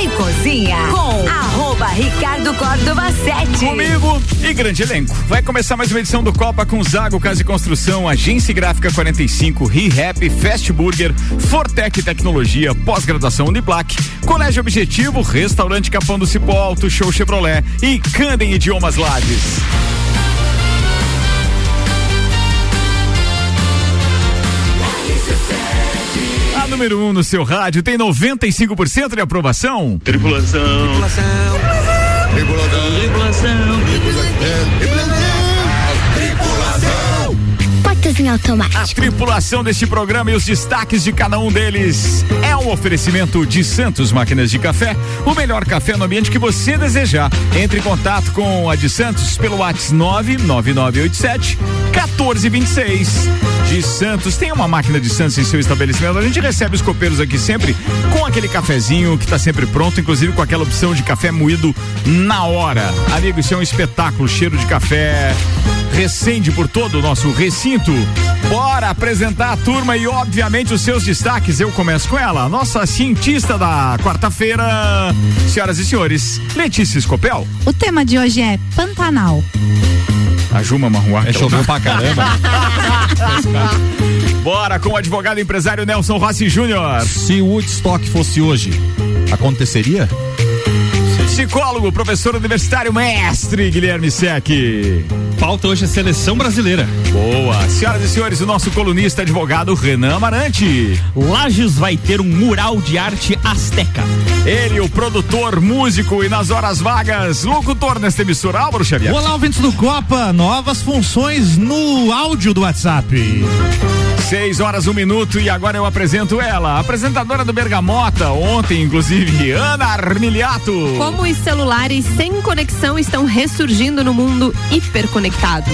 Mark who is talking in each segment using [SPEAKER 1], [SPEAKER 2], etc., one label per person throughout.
[SPEAKER 1] e Cozinha com arroba Ricardo Córdova 7.
[SPEAKER 2] Comigo e grande elenco. Vai começar mais uma edição do Copa com Zago Casa e Construção, Agência Gráfica 45, ReHap, Fast Burger, Fortec Tecnologia, Pós-Graduação Uniblack, Colégio Objetivo, Restaurante Capão do Cipó Alto, Show Chevrolet e Candem Idiomas Lages. A número 1 um no seu rádio tem 95% de aprovação.
[SPEAKER 3] Tripulação. Tripulação. Tripulação.
[SPEAKER 4] Tripulação. Portas em
[SPEAKER 2] A
[SPEAKER 4] automático.
[SPEAKER 2] tripulação deste programa e os destaques de cada um deles é um oferecimento de Santos Máquinas de Café, o melhor café no ambiente que você desejar. Entre em contato com a de Santos pelo WhatsApp 99987 1426. De Santos, tem uma máquina de Santos em seu estabelecimento. A gente recebe os copeiros aqui sempre com aquele cafezinho que está sempre pronto, inclusive com aquela opção de café moído na hora. Amigo, isso é um espetáculo, cheiro de café recende por todo o nosso recinto. Bora apresentar a turma e, obviamente, os seus destaques. Eu começo com ela, a nossa cientista da quarta-feira. Senhoras e senhores, Letícia Escopel,
[SPEAKER 5] O tema de hoje é Pantanal.
[SPEAKER 2] a Juma Marruá.
[SPEAKER 6] É, Choveu pra caramba. né?
[SPEAKER 2] Bora com o advogado e empresário Nelson Rossi Júnior.
[SPEAKER 6] Se Woodstock fosse hoje, aconteceria?
[SPEAKER 2] Psicólogo, professor universitário, mestre Guilherme Sec.
[SPEAKER 7] Pauta hoje é seleção brasileira.
[SPEAKER 2] Boa. Senhoras e senhores, o nosso colunista advogado Renan Amarante.
[SPEAKER 7] Lages vai ter um mural de arte asteca.
[SPEAKER 2] Ele, o produtor, músico e nas horas vagas, locutor nesta emissora, Álvaro Xavier.
[SPEAKER 8] Olá, ouvintes do Copa, novas funções no áudio do WhatsApp.
[SPEAKER 2] Seis horas, um minuto e agora eu apresento ela, apresentadora do Bergamota, ontem inclusive, Ana Armiliato.
[SPEAKER 9] Como os celulares sem conexão estão ressurgindo no mundo hiperconectado.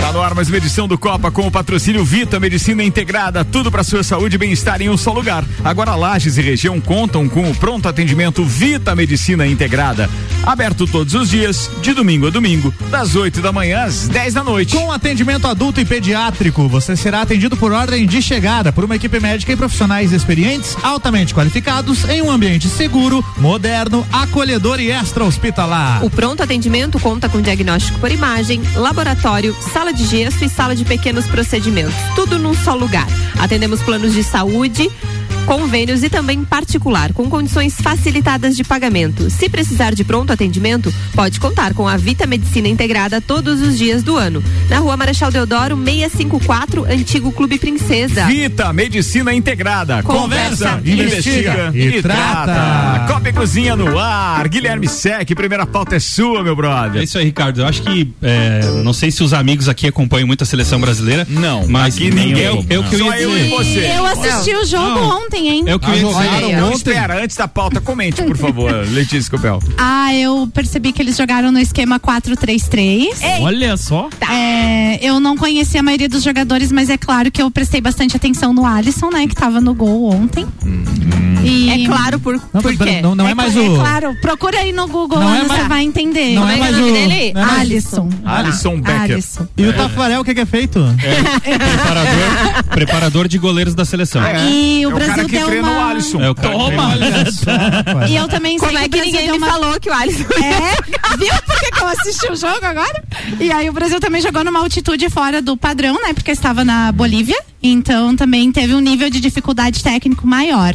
[SPEAKER 2] Tá no ar mais uma edição do Copa com o patrocínio Vita Medicina Integrada, tudo para sua saúde e bem-estar em um só lugar. Agora Lages e região contam com o pronto atendimento Vita Medicina Integrada, aberto todos os dias, de domingo a domingo, das 8 da manhã às 10 da noite.
[SPEAKER 8] Com atendimento adulto e pediátrico, você será atendido por ordem de chegada por uma equipe médica e profissionais experientes, altamente qualificados, em um ambiente seguro, moderno, acolhedor e extra-hospitalar.
[SPEAKER 9] O pronto atendimento conta com diagnóstico por imagem, laboratório, sala de gesso e sala de pequenos procedimentos. Tudo num só lugar. Atendemos planos de saúde. Convênios e também particular, com condições facilitadas de pagamento. Se precisar de pronto atendimento, pode contar com a Vita Medicina Integrada todos os dias do ano. Na rua Marechal Deodoro, 654, Antigo Clube Princesa.
[SPEAKER 2] Vita Medicina Integrada.
[SPEAKER 9] Conversa,
[SPEAKER 8] investiga e trata.
[SPEAKER 2] Copa e Cozinha no ar. Guilherme Sec, primeira pauta é sua, meu
[SPEAKER 7] É
[SPEAKER 2] brother.
[SPEAKER 7] isso aí, Ricardo. Eu acho que. é, não sei se os amigos aqui acompanham muito a seleção brasileira.
[SPEAKER 2] Não,
[SPEAKER 7] mas
[SPEAKER 2] aqui ninguém.
[SPEAKER 7] Eu, eu que eu
[SPEAKER 2] Só
[SPEAKER 7] ia
[SPEAKER 2] eu e
[SPEAKER 7] dizer.
[SPEAKER 2] você.
[SPEAKER 5] Eu assisti o jogo
[SPEAKER 7] Não.
[SPEAKER 5] ontem, hein?
[SPEAKER 7] É o que eu ia dizer.
[SPEAKER 9] Ah, aí,
[SPEAKER 2] Tá Não,
[SPEAKER 9] ó.
[SPEAKER 2] espera, antes da pauta, comente, por favor, Letícia Scopel.
[SPEAKER 5] Ah, eu percebi que eles jogaram no esquema 4-3-3.
[SPEAKER 7] Olha só.
[SPEAKER 5] É, eu não conhecia a maioria dos jogadores, mas é claro que eu prestei bastante atenção no Alisson, né? Que tava no gol ontem. E
[SPEAKER 9] É claro por,
[SPEAKER 8] Não,
[SPEAKER 9] por quê?
[SPEAKER 8] não, não é, mais o.
[SPEAKER 5] É claro, procura aí no Google,
[SPEAKER 8] Não é
[SPEAKER 5] Ana,
[SPEAKER 8] mais-
[SPEAKER 5] você vai entender.
[SPEAKER 8] não
[SPEAKER 9] Como
[SPEAKER 8] é
[SPEAKER 9] que
[SPEAKER 8] mais
[SPEAKER 9] o
[SPEAKER 8] o-
[SPEAKER 9] nome dele?
[SPEAKER 8] não é mais-
[SPEAKER 5] Alisson.
[SPEAKER 2] Alisson Becker.
[SPEAKER 5] Alisson.
[SPEAKER 8] E o Tafarel, o que, que é feito?
[SPEAKER 7] Preparador, preparador de goleiros da seleção.
[SPEAKER 5] E
[SPEAKER 2] É
[SPEAKER 5] o Brasil
[SPEAKER 2] cara que
[SPEAKER 5] deu
[SPEAKER 2] treina o
[SPEAKER 5] uma.
[SPEAKER 2] Alisson.
[SPEAKER 7] É o cara que treina o
[SPEAKER 8] Olha só, rapaz.
[SPEAKER 5] E eu também sei
[SPEAKER 9] Como é
[SPEAKER 5] que o
[SPEAKER 9] que
[SPEAKER 5] Brasil
[SPEAKER 9] ninguém
[SPEAKER 5] deu
[SPEAKER 9] me
[SPEAKER 5] uma
[SPEAKER 9] falou que o Alisson
[SPEAKER 5] É, viu por que que eu assisti o jogo agora? E aí o Brasil também jogou numa altitude fora do padrão, né? Porque estava na Bolívia. Então também teve um nível de dificuldade técnico maior.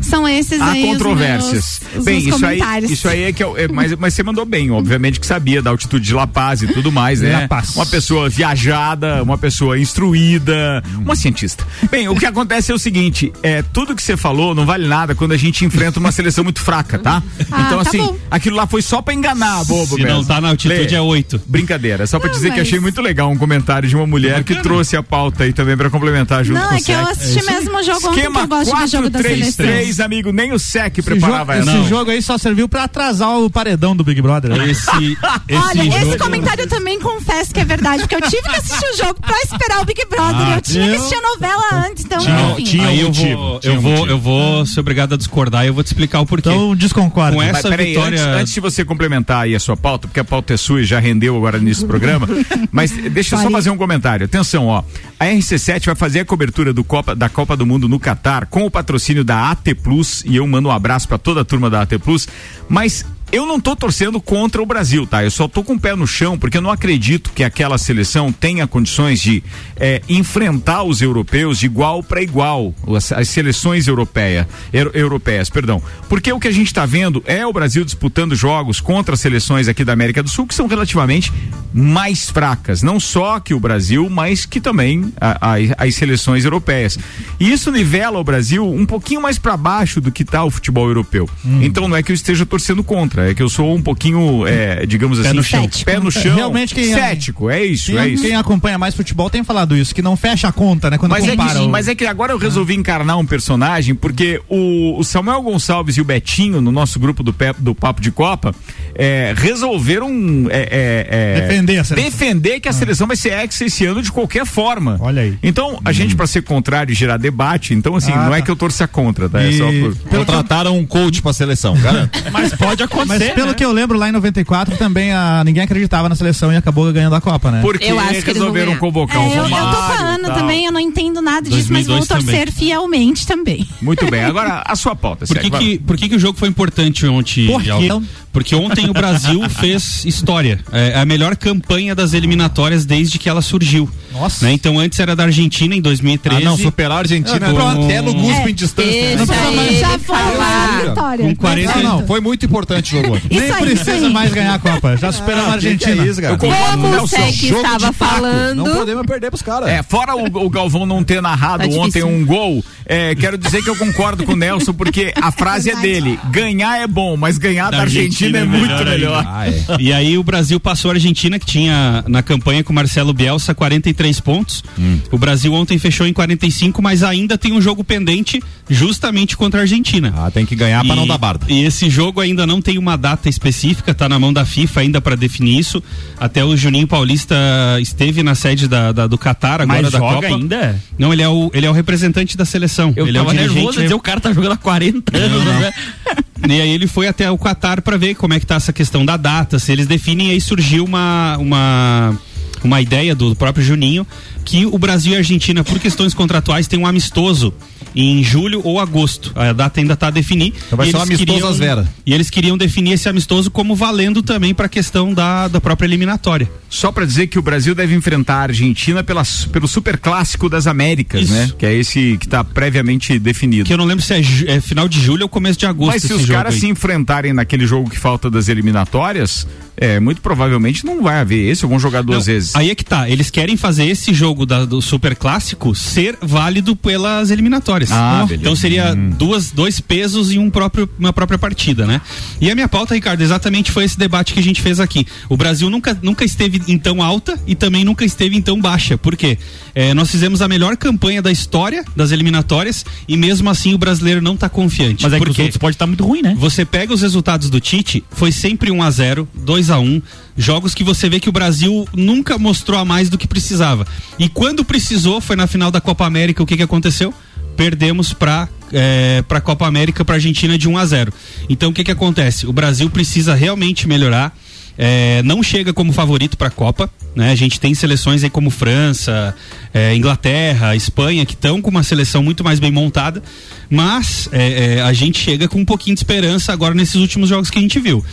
[SPEAKER 5] São esses
[SPEAKER 2] Há
[SPEAKER 5] aí os
[SPEAKER 2] controvérsias.
[SPEAKER 5] meus- os
[SPEAKER 2] bem,
[SPEAKER 5] meus
[SPEAKER 2] isso aí,
[SPEAKER 5] comentários.
[SPEAKER 2] isso aí é que eu, é, mas, mas você mandou bem, obviamente que sabia da altitude de La Paz e tudo mais, né?
[SPEAKER 8] La Paz.
[SPEAKER 2] Uma pessoa viajada, uma pessoa instruída, uma cientista. Bem, o que acontece é o seguinte, é tudo que você falou não vale nada quando a gente enfrenta uma seleção muito fraca, tá?
[SPEAKER 5] Ah,
[SPEAKER 2] então
[SPEAKER 5] tá
[SPEAKER 2] assim,
[SPEAKER 5] bom.
[SPEAKER 2] aquilo lá foi só pra enganar, bobo
[SPEAKER 7] Se
[SPEAKER 2] mesmo.
[SPEAKER 7] não tá na altitude,
[SPEAKER 2] Lê.
[SPEAKER 7] é 8.
[SPEAKER 2] Brincadeira, só pra
[SPEAKER 5] Não,
[SPEAKER 2] dizer que
[SPEAKER 5] mas-
[SPEAKER 2] achei muito legal um comentário de uma mulher que trouxe a pauta aí também pra complementar junto
[SPEAKER 5] Não,
[SPEAKER 2] com o
[SPEAKER 5] é que eu
[SPEAKER 2] Sec.
[SPEAKER 5] assisti mesmo o jogo ontem, que
[SPEAKER 2] Esquema
[SPEAKER 5] eu gosto de jogo da seleção.
[SPEAKER 2] 4-3-3, amigo, nem o SEC
[SPEAKER 8] Esse, jogo,
[SPEAKER 2] preparava ela.
[SPEAKER 8] esse
[SPEAKER 7] Não.
[SPEAKER 8] jogo aí só serviu pra atrasar o paredão do Big Brother.
[SPEAKER 7] Esse, esse
[SPEAKER 5] Ah, Olha, esse
[SPEAKER 7] jogo-
[SPEAKER 5] comentário eu também confesso que é verdade, porque eu tive que assistir o jogo pra esperar o Big Brother.
[SPEAKER 7] Ah,
[SPEAKER 5] eu tinha que
[SPEAKER 8] eu-
[SPEAKER 5] assistir a novela antes, então
[SPEAKER 7] Não,
[SPEAKER 5] enfim.
[SPEAKER 7] aí eu
[SPEAKER 2] motivo,
[SPEAKER 7] vou,
[SPEAKER 2] tinha um
[SPEAKER 7] eu vou,
[SPEAKER 2] motivo.
[SPEAKER 7] eu vou ser obrigado a discordar e eu vou te explicar o porquê.
[SPEAKER 8] Então desconcordo.
[SPEAKER 7] Com
[SPEAKER 2] Mas
[SPEAKER 7] essa
[SPEAKER 2] peraí,
[SPEAKER 7] vitória-
[SPEAKER 2] antes, antes de você complementar aí a sua pauta, porque a pauta é sua e já rendeu agora nesse programa, mas deixa eu só fazer um comentário. Atenção, ó. A RC7 vai fazer a cobertura do Copa, da Copa do Mundo no Catar com o patrocínio da AT Plus e eu mando um abraço para toda a turma da AT Plus, mas eu não tô torcendo contra o Brasil, tá? Eu só tô com o pé no chão porque eu não acredito que aquela seleção tenha condições de eh, enfrentar os europeus de igual para igual, as, as seleções europeia, euro- europeias, perdão. Porque o que a gente tá vendo é o Brasil disputando jogos contra as seleções aqui da América do Sul que são relativamente mais fracas, não só que o Brasil, mas que também a- a- as seleções europeias. E isso nivela o Brasil um pouquinho mais para baixo do que tá o futebol europeu.
[SPEAKER 8] Hum.
[SPEAKER 2] Então não é que eu esteja torcendo contra, é que eu sou um pouquinho, é, digamos assim,
[SPEAKER 7] no chão.
[SPEAKER 5] Cético.
[SPEAKER 2] pé no chão,
[SPEAKER 8] realmente quem é-
[SPEAKER 2] cético, é isso,
[SPEAKER 8] Quem,
[SPEAKER 2] é isso.
[SPEAKER 8] quem acompanha mais futebol tem falado isso, que não fecha a conta, né? Quando Ah.
[SPEAKER 2] Mas é,
[SPEAKER 8] comparam.
[SPEAKER 2] que, mas é que agora eu resolvi encarnar um personagem, porque o, o Samuel Gonçalves e o Betinho, no nosso grupo do, Pe- do Papo de Copa, é, resolveram é, é, é,
[SPEAKER 8] Defender a seleção. Ah.
[SPEAKER 2] defender que a seleção vai ser ex esse ano de qualquer forma.
[SPEAKER 8] Olha aí. Uhum.
[SPEAKER 2] Então, a gente, pra ser contrário e gerar debate, então assim,
[SPEAKER 8] Ah,
[SPEAKER 2] não é
[SPEAKER 8] tá.
[SPEAKER 2] que eu torça contra, tá? É
[SPEAKER 8] E-
[SPEAKER 2] só por...
[SPEAKER 6] Contrataram um coach pra seleção, garanto.
[SPEAKER 7] Mas pode acontecer.
[SPEAKER 8] Mas pelo que eu lembro, lá em 94 também a, ninguém acreditava na seleção e acabou ganhando a Copa, né?
[SPEAKER 2] Porque
[SPEAKER 9] Eu acho que eles vão
[SPEAKER 2] resolveram
[SPEAKER 9] ganhar.
[SPEAKER 2] convocar o
[SPEAKER 5] É, eu, eu tô
[SPEAKER 2] Romário e
[SPEAKER 5] falando
[SPEAKER 2] tal.
[SPEAKER 5] também, eu não entendo nada disso, mas vou
[SPEAKER 7] 2002 também.
[SPEAKER 5] torcer fielmente também.
[SPEAKER 2] Muito bem, agora a sua pauta,
[SPEAKER 7] Por que,
[SPEAKER 2] segue, vai.
[SPEAKER 7] que, por que, que o jogo foi importante ontem?
[SPEAKER 8] Por quê?
[SPEAKER 2] Então?
[SPEAKER 7] Aldo? Porque ontem o Brasil fez história. É a melhor campanha das eliminatórias desde que ela surgiu.
[SPEAKER 8] Nossa.
[SPEAKER 7] Né? Então antes era da Argentina em 2013.
[SPEAKER 6] Ah, não, superar a Argentina um-
[SPEAKER 8] Ah, pronto.
[SPEAKER 6] até no Guspe
[SPEAKER 5] É,
[SPEAKER 6] em
[SPEAKER 8] né?
[SPEAKER 6] distância.
[SPEAKER 9] Deixa ele
[SPEAKER 5] Já foi uma
[SPEAKER 9] falar.
[SPEAKER 5] vitória.
[SPEAKER 7] Com 40
[SPEAKER 8] Não, não,
[SPEAKER 6] Foi muito importante o jogo hoje.
[SPEAKER 5] Isso
[SPEAKER 8] Nem
[SPEAKER 5] aí, isso
[SPEAKER 8] precisa
[SPEAKER 5] aí.
[SPEAKER 8] mais ganhar a Copa. Já superamos a Argentina.
[SPEAKER 6] Ah, é isso, cara?
[SPEAKER 2] Eu concordo com o
[SPEAKER 9] Como o
[SPEAKER 2] Nelson.
[SPEAKER 9] Sec
[SPEAKER 6] Jogo de
[SPEAKER 9] estava
[SPEAKER 6] taco. Não
[SPEAKER 9] falando,
[SPEAKER 6] podemos perder pros caras.
[SPEAKER 2] É, fora o, o Galvão não ter narrado
[SPEAKER 9] Tá
[SPEAKER 2] ontem
[SPEAKER 9] difícil.
[SPEAKER 2] um gol, é, quero dizer que eu concordo com o Nelson, porque a frase é dele: ganhar é bom, mas ganhar da,
[SPEAKER 7] Da
[SPEAKER 2] Argentina,
[SPEAKER 7] Argentina
[SPEAKER 2] é
[SPEAKER 7] é
[SPEAKER 2] muito
[SPEAKER 7] melhor
[SPEAKER 2] melhor. Né?
[SPEAKER 6] Ah, é.
[SPEAKER 7] E aí o Brasil passou a Argentina, que tinha na campanha com o Marcelo Bielsa 43 pontos.
[SPEAKER 6] Hum.
[SPEAKER 7] O Brasil ontem fechou em 45, mas ainda tem um jogo pendente justamente contra a Argentina.
[SPEAKER 6] Ah, tem que ganhar pra não dar barda.
[SPEAKER 7] E esse jogo ainda não tem uma data específica, tá na mão da FIFA ainda para definir isso. Até o Juninho Paulista esteve na sede da, da- do Catar agora
[SPEAKER 3] Mas
[SPEAKER 7] da
[SPEAKER 3] joga
[SPEAKER 7] Copa.
[SPEAKER 3] ainda?
[SPEAKER 7] Não, ele é o ele é o representante da seleção.
[SPEAKER 3] Eu
[SPEAKER 7] ele é o
[SPEAKER 3] tava
[SPEAKER 7] dirigente,
[SPEAKER 3] nervoso,
[SPEAKER 7] né?
[SPEAKER 3] dizer, o cara tá jogando há 40 anos, né?
[SPEAKER 7] E aí ele foi até o Qatar pra ver como é que tá essa questão da data, se eles definem, e aí surgiu uma uma uma ideia do próprio Juninho que o Brasil e a Argentina, por questões contratuais, tem um amistoso em julho ou agosto. A data ainda tá a definir.
[SPEAKER 6] Então vai
[SPEAKER 7] E
[SPEAKER 6] ser um
[SPEAKER 7] eles
[SPEAKER 6] amistoso às veras.
[SPEAKER 7] E eles queriam definir esse amistoso como valendo também pra questão da, da própria eliminatória.
[SPEAKER 2] Só pra dizer que o Brasil deve enfrentar a Argentina pela, pelo Super Clássico das Américas,
[SPEAKER 7] Isso.
[SPEAKER 2] né? Que é esse que tá previamente definido.
[SPEAKER 7] Que eu não lembro se é, ju- é final de julho ou começo de agosto
[SPEAKER 2] Mas se
[SPEAKER 7] esse
[SPEAKER 2] os
[SPEAKER 7] jogo
[SPEAKER 2] caras
[SPEAKER 7] aí.
[SPEAKER 2] se enfrentarem naquele jogo que falta das eliminatórias, é, muito provavelmente não vai haver esse, vão jogar duas
[SPEAKER 7] Não,
[SPEAKER 2] vezes.
[SPEAKER 7] Aí é que tá. Eles querem fazer esse jogo da- do Super Clássico ser válido pelas eliminatórias.
[SPEAKER 2] Ah,
[SPEAKER 7] Ó,
[SPEAKER 2] beleza.
[SPEAKER 7] então seria
[SPEAKER 3] Hum.
[SPEAKER 7] duas, dois pesos em um próprio, uma própria partida, né? E a minha pauta, Ricardo, exatamente foi esse debate que a gente fez aqui. O Brasil nunca, nunca esteve em tão alta e também nunca esteve em tão baixa. Por quê? É, nós fizemos a melhor campanha da história das eliminatórias e mesmo assim o brasileiro não tá confiante.
[SPEAKER 3] Mas é que
[SPEAKER 7] Por
[SPEAKER 3] os
[SPEAKER 7] quê?
[SPEAKER 3] outros pode estar muito ruim, né?
[SPEAKER 7] Você pega os resultados do Tite, foi sempre 1 a 0, 2 a 1, jogos que você vê que o Brasil nunca mostrou a mais do que precisava. E quando precisou, foi na final da Copa América, o que que aconteceu? Perdemos pra é, para Copa América pra Argentina de 1 a 0. Então o que que acontece? O Brasil precisa realmente melhorar. É, não chega como favorito para a Copa, né? A gente tem seleções aí como França, é, Inglaterra, Espanha que estão com uma seleção muito mais bem montada, mas é, é, a gente chega com um pouquinho de esperança agora nesses últimos jogos que a gente viu.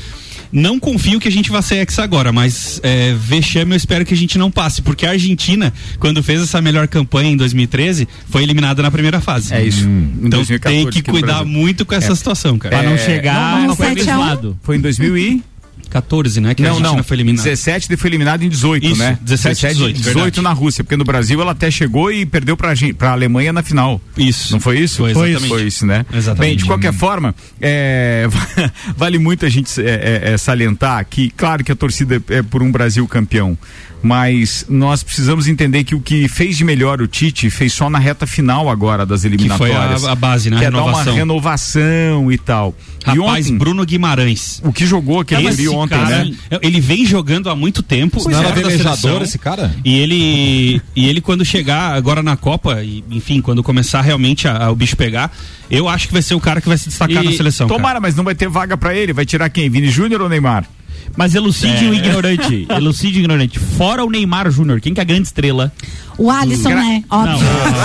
[SPEAKER 7] Não confio que a gente vá ser ex agora, mas é, vexame eu espero que a gente não passe, porque a Argentina, quando fez essa melhor campanha em 2013, foi eliminada na primeira fase.
[SPEAKER 2] É isso. Em
[SPEAKER 7] Então
[SPEAKER 2] 2014
[SPEAKER 7] tem que
[SPEAKER 2] que o
[SPEAKER 7] cuidar
[SPEAKER 2] Brasil-
[SPEAKER 7] muito com essa situação, cara.
[SPEAKER 3] Pra
[SPEAKER 7] Ah,
[SPEAKER 3] não
[SPEAKER 2] É,
[SPEAKER 3] chegar
[SPEAKER 5] não, não,
[SPEAKER 3] no
[SPEAKER 5] sete a um.
[SPEAKER 3] lado.
[SPEAKER 2] Foi em 2000 e...
[SPEAKER 7] 14, né? Que a
[SPEAKER 2] Não,
[SPEAKER 7] Argentina
[SPEAKER 2] não.
[SPEAKER 7] foi eliminada.
[SPEAKER 2] 17 ele foi eliminado em 18,
[SPEAKER 7] Isso,
[SPEAKER 2] né?
[SPEAKER 7] 17, 18,
[SPEAKER 2] 18
[SPEAKER 7] verdade.
[SPEAKER 2] na Rússia, porque no Brasil ela até chegou e perdeu pra, Argen- pra Alemanha na final.
[SPEAKER 7] Isso.
[SPEAKER 2] Não foi isso?
[SPEAKER 7] Foi, exatamente.
[SPEAKER 2] Foi isso, né?
[SPEAKER 7] Exatamente.
[SPEAKER 2] Bem, de qualquer forma, é, vale muito a gente é, é, é, salientar que, claro que a torcida é por um Brasil campeão, mas nós precisamos entender que o que fez de melhor o Tite fez só na reta final agora das
[SPEAKER 7] Que foi
[SPEAKER 2] eliminatórias.
[SPEAKER 7] a, a base, né? A
[SPEAKER 2] Que é dar uma
[SPEAKER 7] renovação.
[SPEAKER 2] renovação e tal.
[SPEAKER 7] Rapaz,
[SPEAKER 2] e ontem,
[SPEAKER 7] Bruno Guimarães.
[SPEAKER 2] o que jogou aquele
[SPEAKER 7] Esse
[SPEAKER 2] Rio ontem,
[SPEAKER 7] cara,
[SPEAKER 2] né?
[SPEAKER 7] É, Ele vem jogando há muito tempo.
[SPEAKER 6] Não
[SPEAKER 3] é.
[SPEAKER 7] fora
[SPEAKER 6] era
[SPEAKER 7] da
[SPEAKER 6] velejador
[SPEAKER 7] seleção.
[SPEAKER 6] esse cara?
[SPEAKER 7] E ele, e ele quando chegar agora na Copa, e, enfim, quando começar realmente a, a o bicho pegar, eu acho que vai ser o cara que vai se destacar
[SPEAKER 3] E
[SPEAKER 7] na seleção. cara.
[SPEAKER 2] Tomara, mas não vai ter vaga pra ele. Vai tirar quem? Vini Júnior ou Neymar? É.
[SPEAKER 3] Mas elucide o ignorante. Elucide o ignorante. Fora o Neymar Júnior, quem que é a grande estrela?
[SPEAKER 5] O Alisson, né? Óbvio.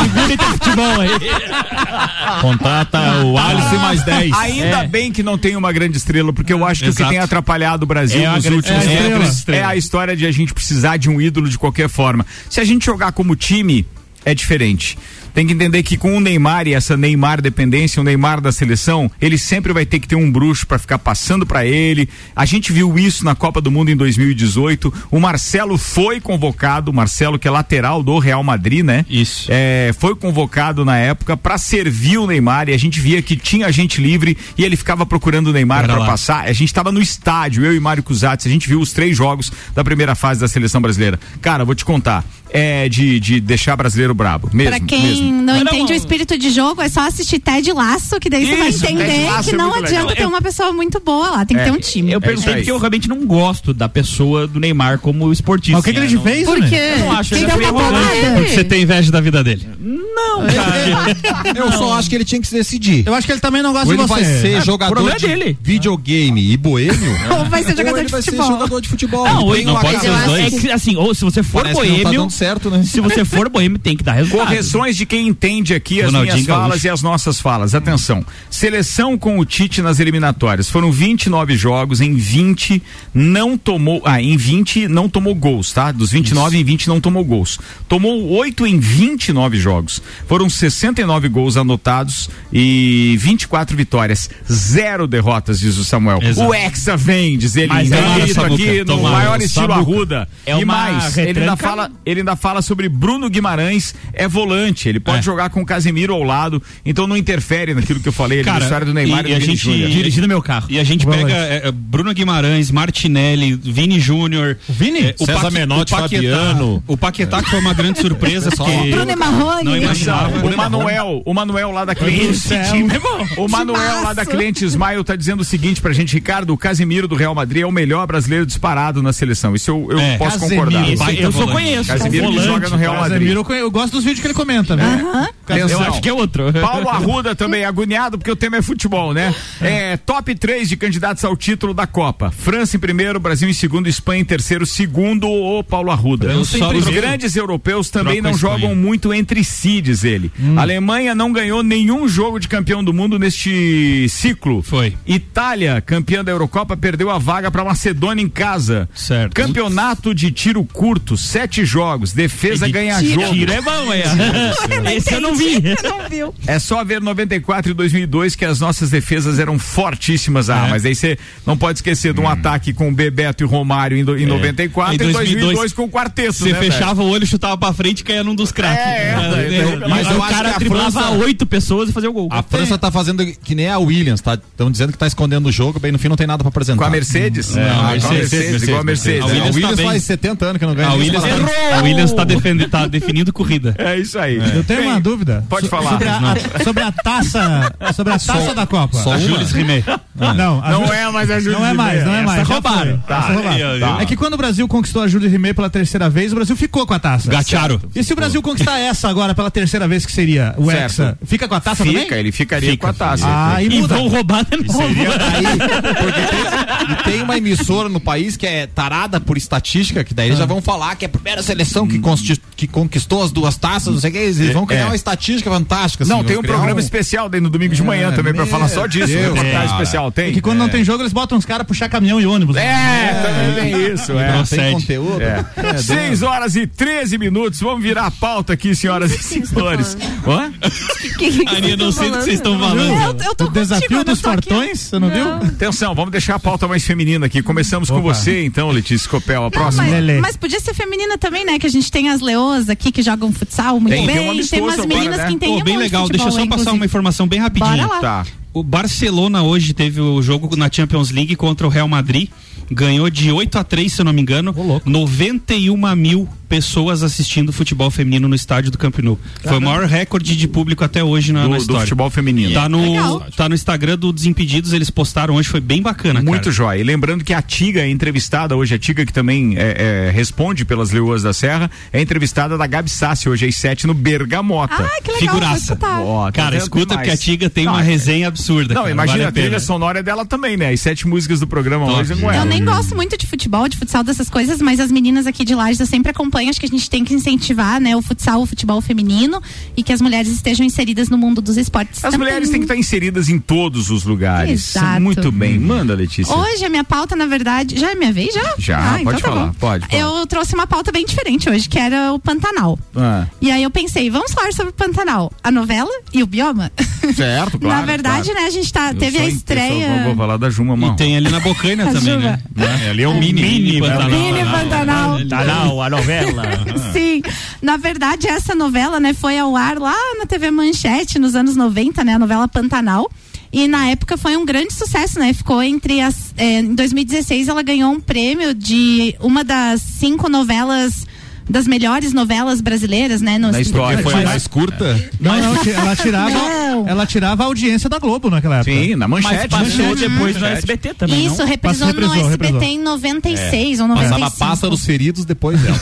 [SPEAKER 3] Segura esse futebol aí. Contrata o Alisson mais 10.
[SPEAKER 2] Ainda
[SPEAKER 3] É.
[SPEAKER 2] bem que não tem uma grande estrela, porque eu acho que o
[SPEAKER 7] Exato.
[SPEAKER 2] que tem atrapalhado o Brasil
[SPEAKER 7] É a
[SPEAKER 2] nos
[SPEAKER 7] grande-
[SPEAKER 2] últimos
[SPEAKER 7] é a grande
[SPEAKER 2] tempos
[SPEAKER 7] estrela.
[SPEAKER 2] é a história de a gente precisar de um ídolo de qualquer forma. Se a gente jogar como time, é diferente. Tem que entender que com o Neymar e essa Neymar dependência, o Neymar da seleção, ele sempre vai ter que ter um bruxo pra ficar passando pra ele. A gente viu isso na Copa do Mundo em 2018. O Marcelo foi convocado, o Marcelo que é lateral do Real Madrid, né?
[SPEAKER 7] Isso.
[SPEAKER 2] é, foi convocado na época para servir o Neymar e a gente via que tinha gente livre e ele ficava procurando o Neymar
[SPEAKER 7] Era
[SPEAKER 2] para
[SPEAKER 7] lá.
[SPEAKER 2] passar. A gente estava no estádio, eu e Mário Cusatz, a gente viu os três jogos da primeira fase da seleção brasileira. Cara, vou te contar, é de, de deixar brasileiro brabo, mesmo.
[SPEAKER 5] Pra quem
[SPEAKER 2] mesmo.
[SPEAKER 5] não
[SPEAKER 3] Era
[SPEAKER 5] entende
[SPEAKER 3] um-
[SPEAKER 5] o espírito de jogo, é só assistir Ted Laço, que daí você vai
[SPEAKER 2] Isso, Ted
[SPEAKER 5] entender
[SPEAKER 2] Lasso
[SPEAKER 5] que
[SPEAKER 2] é
[SPEAKER 5] não
[SPEAKER 2] muito
[SPEAKER 5] adianta
[SPEAKER 2] legal.
[SPEAKER 5] ter uma pessoa muito boa lá, tem que
[SPEAKER 2] É,
[SPEAKER 5] ter um time.
[SPEAKER 3] Eu
[SPEAKER 2] isso
[SPEAKER 3] perguntei
[SPEAKER 2] aí.
[SPEAKER 3] porque eu realmente não gosto da pessoa do Neymar como esportista.
[SPEAKER 8] Mas o que, que ele te
[SPEAKER 3] Não-
[SPEAKER 8] fez,
[SPEAKER 9] Por
[SPEAKER 8] né?
[SPEAKER 9] quê?
[SPEAKER 3] Eu não acho
[SPEAKER 9] Quem
[SPEAKER 3] ele
[SPEAKER 9] deu uma
[SPEAKER 3] meio arrogante.
[SPEAKER 9] bolada?
[SPEAKER 7] Porque você tem inveja da vida dele.
[SPEAKER 3] Não, cara.
[SPEAKER 6] Eu só acho que ele tinha que se decidir.
[SPEAKER 8] Eu acho que É, ele também não gosta
[SPEAKER 6] Ou
[SPEAKER 8] de
[SPEAKER 6] ele
[SPEAKER 8] você.
[SPEAKER 6] vai ser jogador
[SPEAKER 3] problema
[SPEAKER 6] de
[SPEAKER 3] dele.
[SPEAKER 6] videogame e boêmio.
[SPEAKER 5] Ou vai ser jogador
[SPEAKER 6] ou ele
[SPEAKER 5] de
[SPEAKER 6] vai ser
[SPEAKER 5] futebol.
[SPEAKER 6] jogador de futebol.
[SPEAKER 3] Não,
[SPEAKER 6] Tem
[SPEAKER 3] não
[SPEAKER 6] uma
[SPEAKER 3] pode ser os
[SPEAKER 6] casa-
[SPEAKER 3] dois. É que, assim, ou se você for
[SPEAKER 6] Parece que não
[SPEAKER 3] boêmio,
[SPEAKER 6] tá dando certo, né?
[SPEAKER 3] se você for boêmio, tem que dar resultado.
[SPEAKER 2] Correções de quem entende aqui as
[SPEAKER 7] Ronaldinho
[SPEAKER 2] minhas falas
[SPEAKER 7] Gaúcho.
[SPEAKER 2] e as nossas falas. Atenção. Seleção com o Tite nas eliminatórias. Foram 29 jogos, em 20 não tomou, ah, em 20 não tomou gols, tá? Dos 29 em 20 não tomou gols. Tomou 8 em 29 jogos. Foram 69 gols anotados e 24 vitórias, zero derrotas, diz o Samuel.
[SPEAKER 7] Exato.
[SPEAKER 2] O Hexa vem, diz ele.
[SPEAKER 7] Mas
[SPEAKER 2] em
[SPEAKER 7] tomara,
[SPEAKER 2] grito
[SPEAKER 7] Sabuca,
[SPEAKER 2] é aqui no
[SPEAKER 7] tomara,
[SPEAKER 2] maior estilo
[SPEAKER 7] Sabuca.
[SPEAKER 2] arruda.
[SPEAKER 3] É
[SPEAKER 2] e
[SPEAKER 3] uma
[SPEAKER 2] mais, ele ainda
[SPEAKER 3] retranca,
[SPEAKER 2] fala ele ainda fala sobre Bruno Guimarães, é volante, ele pode
[SPEAKER 7] É.
[SPEAKER 2] jogar com o Casemiro ao lado, então não interfere naquilo que eu falei, ali,
[SPEAKER 7] Cara,
[SPEAKER 2] na história do Neymar e, do
[SPEAKER 7] e- e a
[SPEAKER 2] Vini
[SPEAKER 7] gente-
[SPEAKER 2] Júnior.
[SPEAKER 3] Dirigindo meu carro.
[SPEAKER 7] E a gente
[SPEAKER 8] Boa
[SPEAKER 7] pega
[SPEAKER 8] noite.
[SPEAKER 7] é, é, Bruno Guimarães, Martinelli, Vini Júnior.
[SPEAKER 8] Vini?
[SPEAKER 7] é,
[SPEAKER 6] César Menotti, Fabiano.
[SPEAKER 7] O Paquetá, que foi uma grande surpresa. é
[SPEAKER 6] Só-
[SPEAKER 7] porque-
[SPEAKER 5] Bruno e Marrone. né?
[SPEAKER 7] Não imaginava.
[SPEAKER 2] Não, é o Manuel, o Manuel lá da cliente, o Manuel lá da cliente Ismael tá dizendo o seguinte pra gente, Ricardo, o Casemiro do Real Madrid é o melhor brasileiro disparado na seleção. Isso eu, eu
[SPEAKER 7] É,
[SPEAKER 2] posso
[SPEAKER 8] Casemiro.
[SPEAKER 2] concordar.
[SPEAKER 3] Isso,
[SPEAKER 7] Baita
[SPEAKER 3] eu só
[SPEAKER 7] volante.
[SPEAKER 3] conheço.
[SPEAKER 2] Casemiro que
[SPEAKER 3] volante.
[SPEAKER 2] joga no Real Madrid.
[SPEAKER 8] Casemiro, eu conhe- eu gosto dos vídeos que ele comenta, né?
[SPEAKER 3] Eu
[SPEAKER 2] Atenção.
[SPEAKER 3] acho que é outro.
[SPEAKER 2] Paulo Arruda também, agoniado, porque o tema é futebol, né?
[SPEAKER 3] Uhum.
[SPEAKER 2] É, top 3 de candidatos ao título da Copa. França em primeiro, Brasil em segundo, Espanha em terceiro, segundo o Paulo Arruda.
[SPEAKER 7] França em
[SPEAKER 2] Os
[SPEAKER 7] primeiro.
[SPEAKER 2] grandes europeus também
[SPEAKER 7] Troca
[SPEAKER 2] não
[SPEAKER 7] a Espanha.
[SPEAKER 2] jogam muito entre si, diz ele.
[SPEAKER 3] Hum.
[SPEAKER 2] A Alemanha não ganhou nenhum jogo de campeão do mundo neste ciclo.
[SPEAKER 7] Foi.
[SPEAKER 2] Itália, campeã da Eurocopa, perdeu a vaga para Macedônia em casa.
[SPEAKER 7] Certo.
[SPEAKER 2] Campeonato de tiro curto, sete jogos, defesa ganha jogo.
[SPEAKER 3] Tira é bom, é. Esse eu não vi.
[SPEAKER 2] É só ver 94 e 2002 que as nossas defesas eram fortíssimas. Ah,
[SPEAKER 7] É.
[SPEAKER 2] mas aí você não pode esquecer de um ataque com Bebeto e Romário em, do- em 94 e
[SPEAKER 7] É. Em
[SPEAKER 2] 2002,
[SPEAKER 7] 2002
[SPEAKER 2] com o quarteto,
[SPEAKER 7] Você
[SPEAKER 2] né, velho?
[SPEAKER 7] fechava o olho, chutava pra frente e caía num dos craques.
[SPEAKER 2] É, é, é, é,
[SPEAKER 7] mas
[SPEAKER 2] mas
[SPEAKER 7] o
[SPEAKER 6] eu acho
[SPEAKER 7] cara
[SPEAKER 6] que a
[SPEAKER 7] driblava
[SPEAKER 6] França-
[SPEAKER 7] oito pessoas e fazia o gol.
[SPEAKER 6] A França tá fazendo que nem a Williams, tá? Estão dizendo que tá escondendo o jogo, bem no fim não tem nada pra apresentar. É,
[SPEAKER 2] Com a Mercedes?
[SPEAKER 7] Não,
[SPEAKER 2] Ah,
[SPEAKER 7] Mercedes,
[SPEAKER 2] com a Mercedes, igual a Mercedes.
[SPEAKER 6] A Williams,
[SPEAKER 7] A Williams tá
[SPEAKER 6] faz
[SPEAKER 7] bem.
[SPEAKER 6] 70 anos que não ganha.
[SPEAKER 7] A
[SPEAKER 6] nenhum
[SPEAKER 7] Williams,
[SPEAKER 6] campeonato.
[SPEAKER 7] tá, a Williams tá, defende- tá definindo corrida.
[SPEAKER 2] É isso aí.
[SPEAKER 8] Eu tenho uma
[SPEAKER 2] Bem,
[SPEAKER 8] dúvida.
[SPEAKER 2] Pode
[SPEAKER 8] so-
[SPEAKER 2] falar.
[SPEAKER 8] Sobre a, a- sobre a taça, sobre a taça da Copa. Ah,
[SPEAKER 6] Só
[SPEAKER 7] Jules
[SPEAKER 6] uma.
[SPEAKER 7] Rimet.
[SPEAKER 8] Não, a
[SPEAKER 2] Não
[SPEAKER 8] Ju-
[SPEAKER 2] é mais a Júlia.
[SPEAKER 8] Não é mais, não é
[SPEAKER 2] Essa
[SPEAKER 8] mais. já
[SPEAKER 2] roubaram.
[SPEAKER 8] foi,
[SPEAKER 2] Tá.
[SPEAKER 8] essa roubaram.
[SPEAKER 7] Aí, ó,
[SPEAKER 8] É que quando o Brasil conquistou a Júlia Rimet pela terceira vez, o Brasil ficou com a taça.
[SPEAKER 7] Gacharo.
[SPEAKER 8] E se o Brasil conquistar essa agora pela terceira vez, que seria o
[SPEAKER 2] Certo.
[SPEAKER 8] Hexa, fica com a taça
[SPEAKER 2] Fica,
[SPEAKER 8] também?
[SPEAKER 2] ele ficaria
[SPEAKER 7] Fica,
[SPEAKER 2] com a taça.
[SPEAKER 8] Ah, e
[SPEAKER 3] E
[SPEAKER 8] muda.
[SPEAKER 3] vão roubar também.
[SPEAKER 6] Porque tem, e tem uma emissora no país que é tarada por estatística, que daí eles já vão falar que é a primeira seleção que, consti- que conquistou as duas taças, não sei o que. Eles vão criar
[SPEAKER 2] é.
[SPEAKER 6] uma estatística fantástica. assim,
[SPEAKER 2] Não,
[SPEAKER 6] vão
[SPEAKER 2] tem um
[SPEAKER 6] criar
[SPEAKER 2] programa especial daí no domingo de manhã
[SPEAKER 6] É,
[SPEAKER 2] também pra
[SPEAKER 6] meu
[SPEAKER 2] falar só disso.
[SPEAKER 6] Deus,
[SPEAKER 2] Reportagem
[SPEAKER 6] cara.
[SPEAKER 2] especial, tem?
[SPEAKER 8] É. Que quando não
[SPEAKER 2] É.
[SPEAKER 8] tem jogo, eles botam os caras puxar caminhão e ônibus. né?
[SPEAKER 2] É, também tem isso, é.
[SPEAKER 6] Não
[SPEAKER 7] Procede.
[SPEAKER 6] tem conteúdo.
[SPEAKER 2] É.
[SPEAKER 6] É,
[SPEAKER 2] Seis horas e 13 minutos. Vamos virar a pauta aqui, senhoras e senhores. Hã?
[SPEAKER 7] Aninha, não sei do que vocês estão falando.
[SPEAKER 5] Eu, eu tô
[SPEAKER 8] o desafio
[SPEAKER 5] contigo,
[SPEAKER 8] dos
[SPEAKER 5] eu tô aqui.
[SPEAKER 8] fortões, você não, viu?
[SPEAKER 2] Atenção, vamos deixar a pauta mais feminina aqui. Começamos com
[SPEAKER 8] Opa.
[SPEAKER 2] você, então, Letícia Scopel. A
[SPEAKER 5] Não,
[SPEAKER 2] próxima.
[SPEAKER 5] mas,
[SPEAKER 8] Lele.
[SPEAKER 5] mas podia ser feminina também, né? Que a gente tem as leoas aqui que jogam futsal muito
[SPEAKER 2] Tem, tem um
[SPEAKER 5] bem. Tem,
[SPEAKER 2] amistoso
[SPEAKER 5] umas
[SPEAKER 2] agora,
[SPEAKER 5] meninas
[SPEAKER 2] né?
[SPEAKER 5] que entendem
[SPEAKER 7] Pô, bem
[SPEAKER 5] muito de
[SPEAKER 7] legal,
[SPEAKER 5] futebol,
[SPEAKER 7] deixa eu só
[SPEAKER 5] hein,
[SPEAKER 7] passar
[SPEAKER 5] inclusive.
[SPEAKER 7] uma informação bem rapidinho.
[SPEAKER 5] Bora lá.
[SPEAKER 2] Tá.
[SPEAKER 7] O Barcelona hoje teve o jogo na Champions League contra o Real Madrid. Ganhou de 8 a 3, se eu não me engano. 91 mil pessoas assistindo futebol feminino no estádio do Camp Nou. Foi o maior recorde de público até hoje na,
[SPEAKER 2] do,
[SPEAKER 7] na
[SPEAKER 2] do
[SPEAKER 7] história.
[SPEAKER 2] futebol feminino.
[SPEAKER 7] Tá no,
[SPEAKER 5] Legal.
[SPEAKER 7] tá no Instagram do Desimpedidos, eles postaram hoje, foi bem bacana, cara.
[SPEAKER 2] Muito jóia. E lembrando que a Tiga é entrevistada hoje, a Tiga que também é, é, responde pelas Leoas da Serra, é entrevistada da Gabi Sassi hoje às sete no Bergamota.
[SPEAKER 5] Ah, que legal, vou
[SPEAKER 7] Figuraça.
[SPEAKER 5] escutar.
[SPEAKER 2] Ó, tá
[SPEAKER 7] Cara,
[SPEAKER 2] vendo
[SPEAKER 7] escuta
[SPEAKER 2] demais.
[SPEAKER 7] porque a Tiga tem uma
[SPEAKER 2] Não, é-
[SPEAKER 7] resenha absurda.
[SPEAKER 2] Não,
[SPEAKER 7] cara,
[SPEAKER 2] imagina,
[SPEAKER 7] vale
[SPEAKER 2] a trilha
[SPEAKER 7] pena.
[SPEAKER 2] sonora é dela também, né? As sete músicas do programa
[SPEAKER 7] Top.
[SPEAKER 2] hoje é com ela.
[SPEAKER 5] Eu nem gosto muito de futebol, de futsal, dessas coisas, mas as meninas aqui de Lages eu sempre acompanho. Acho que a gente tem que incentivar, né, o futsal, o futebol feminino e que as mulheres estejam inseridas no mundo dos esportes
[SPEAKER 2] As
[SPEAKER 5] também.
[SPEAKER 2] mulheres têm que estar inseridas em todos os lugares.
[SPEAKER 5] Exato.
[SPEAKER 2] Muito bem. Manda, Letícia.
[SPEAKER 5] Hoje a minha pauta, na verdade. Já é minha vez? Já?
[SPEAKER 2] Já,
[SPEAKER 5] Ah,
[SPEAKER 2] pode
[SPEAKER 5] tá
[SPEAKER 2] falar,
[SPEAKER 5] bom.
[SPEAKER 2] pode, pode.
[SPEAKER 5] Eu trouxe uma pauta bem diferente hoje, que era o Pantanal.
[SPEAKER 2] Ah,
[SPEAKER 5] E aí eu pensei, vamos falar sobre o Pantanal, a novela e o bioma?
[SPEAKER 2] certo, claro.
[SPEAKER 5] na verdade, né, a gente tá,
[SPEAKER 2] Eu
[SPEAKER 5] teve
[SPEAKER 2] sou
[SPEAKER 5] a
[SPEAKER 2] em- eu sou-
[SPEAKER 5] estreia.
[SPEAKER 2] vou- Vou falar da Juma Marrom.
[SPEAKER 7] E tem ali na Bocaina
[SPEAKER 5] A
[SPEAKER 7] também, né?
[SPEAKER 2] né? Ali é um mini.
[SPEAKER 7] Mini Pantanal.
[SPEAKER 5] Mini Pantanal. Tá,
[SPEAKER 2] Tá,
[SPEAKER 3] Pantanal, a novela.
[SPEAKER 5] Sim. Na verdade, essa novela, né, foi ao ar lá na TV Manchete nos anos 90, né, a novela Pantanal. E na época foi um grande sucesso, né? Ficou entre as. eh, em 2016 ela ganhou um prêmio de uma das cinco novelas, das melhores novelas brasileiras, né? No,
[SPEAKER 2] Na história.
[SPEAKER 6] Foi a mais curta?
[SPEAKER 8] Não, não, ti- ela tirava,
[SPEAKER 5] Não.
[SPEAKER 8] ela tirava a audiência da Globo naquela época.
[SPEAKER 2] Sim, na
[SPEAKER 3] Mas
[SPEAKER 2] manchete. né?
[SPEAKER 3] passou
[SPEAKER 2] manchete.
[SPEAKER 3] depois no SBT também,
[SPEAKER 5] Isso,
[SPEAKER 3] não?
[SPEAKER 5] reprisou,
[SPEAKER 8] reprisou,
[SPEAKER 5] no SBT
[SPEAKER 8] reprisou.
[SPEAKER 5] em 96 ou 95.
[SPEAKER 6] Passava pássaros feridos depois dela.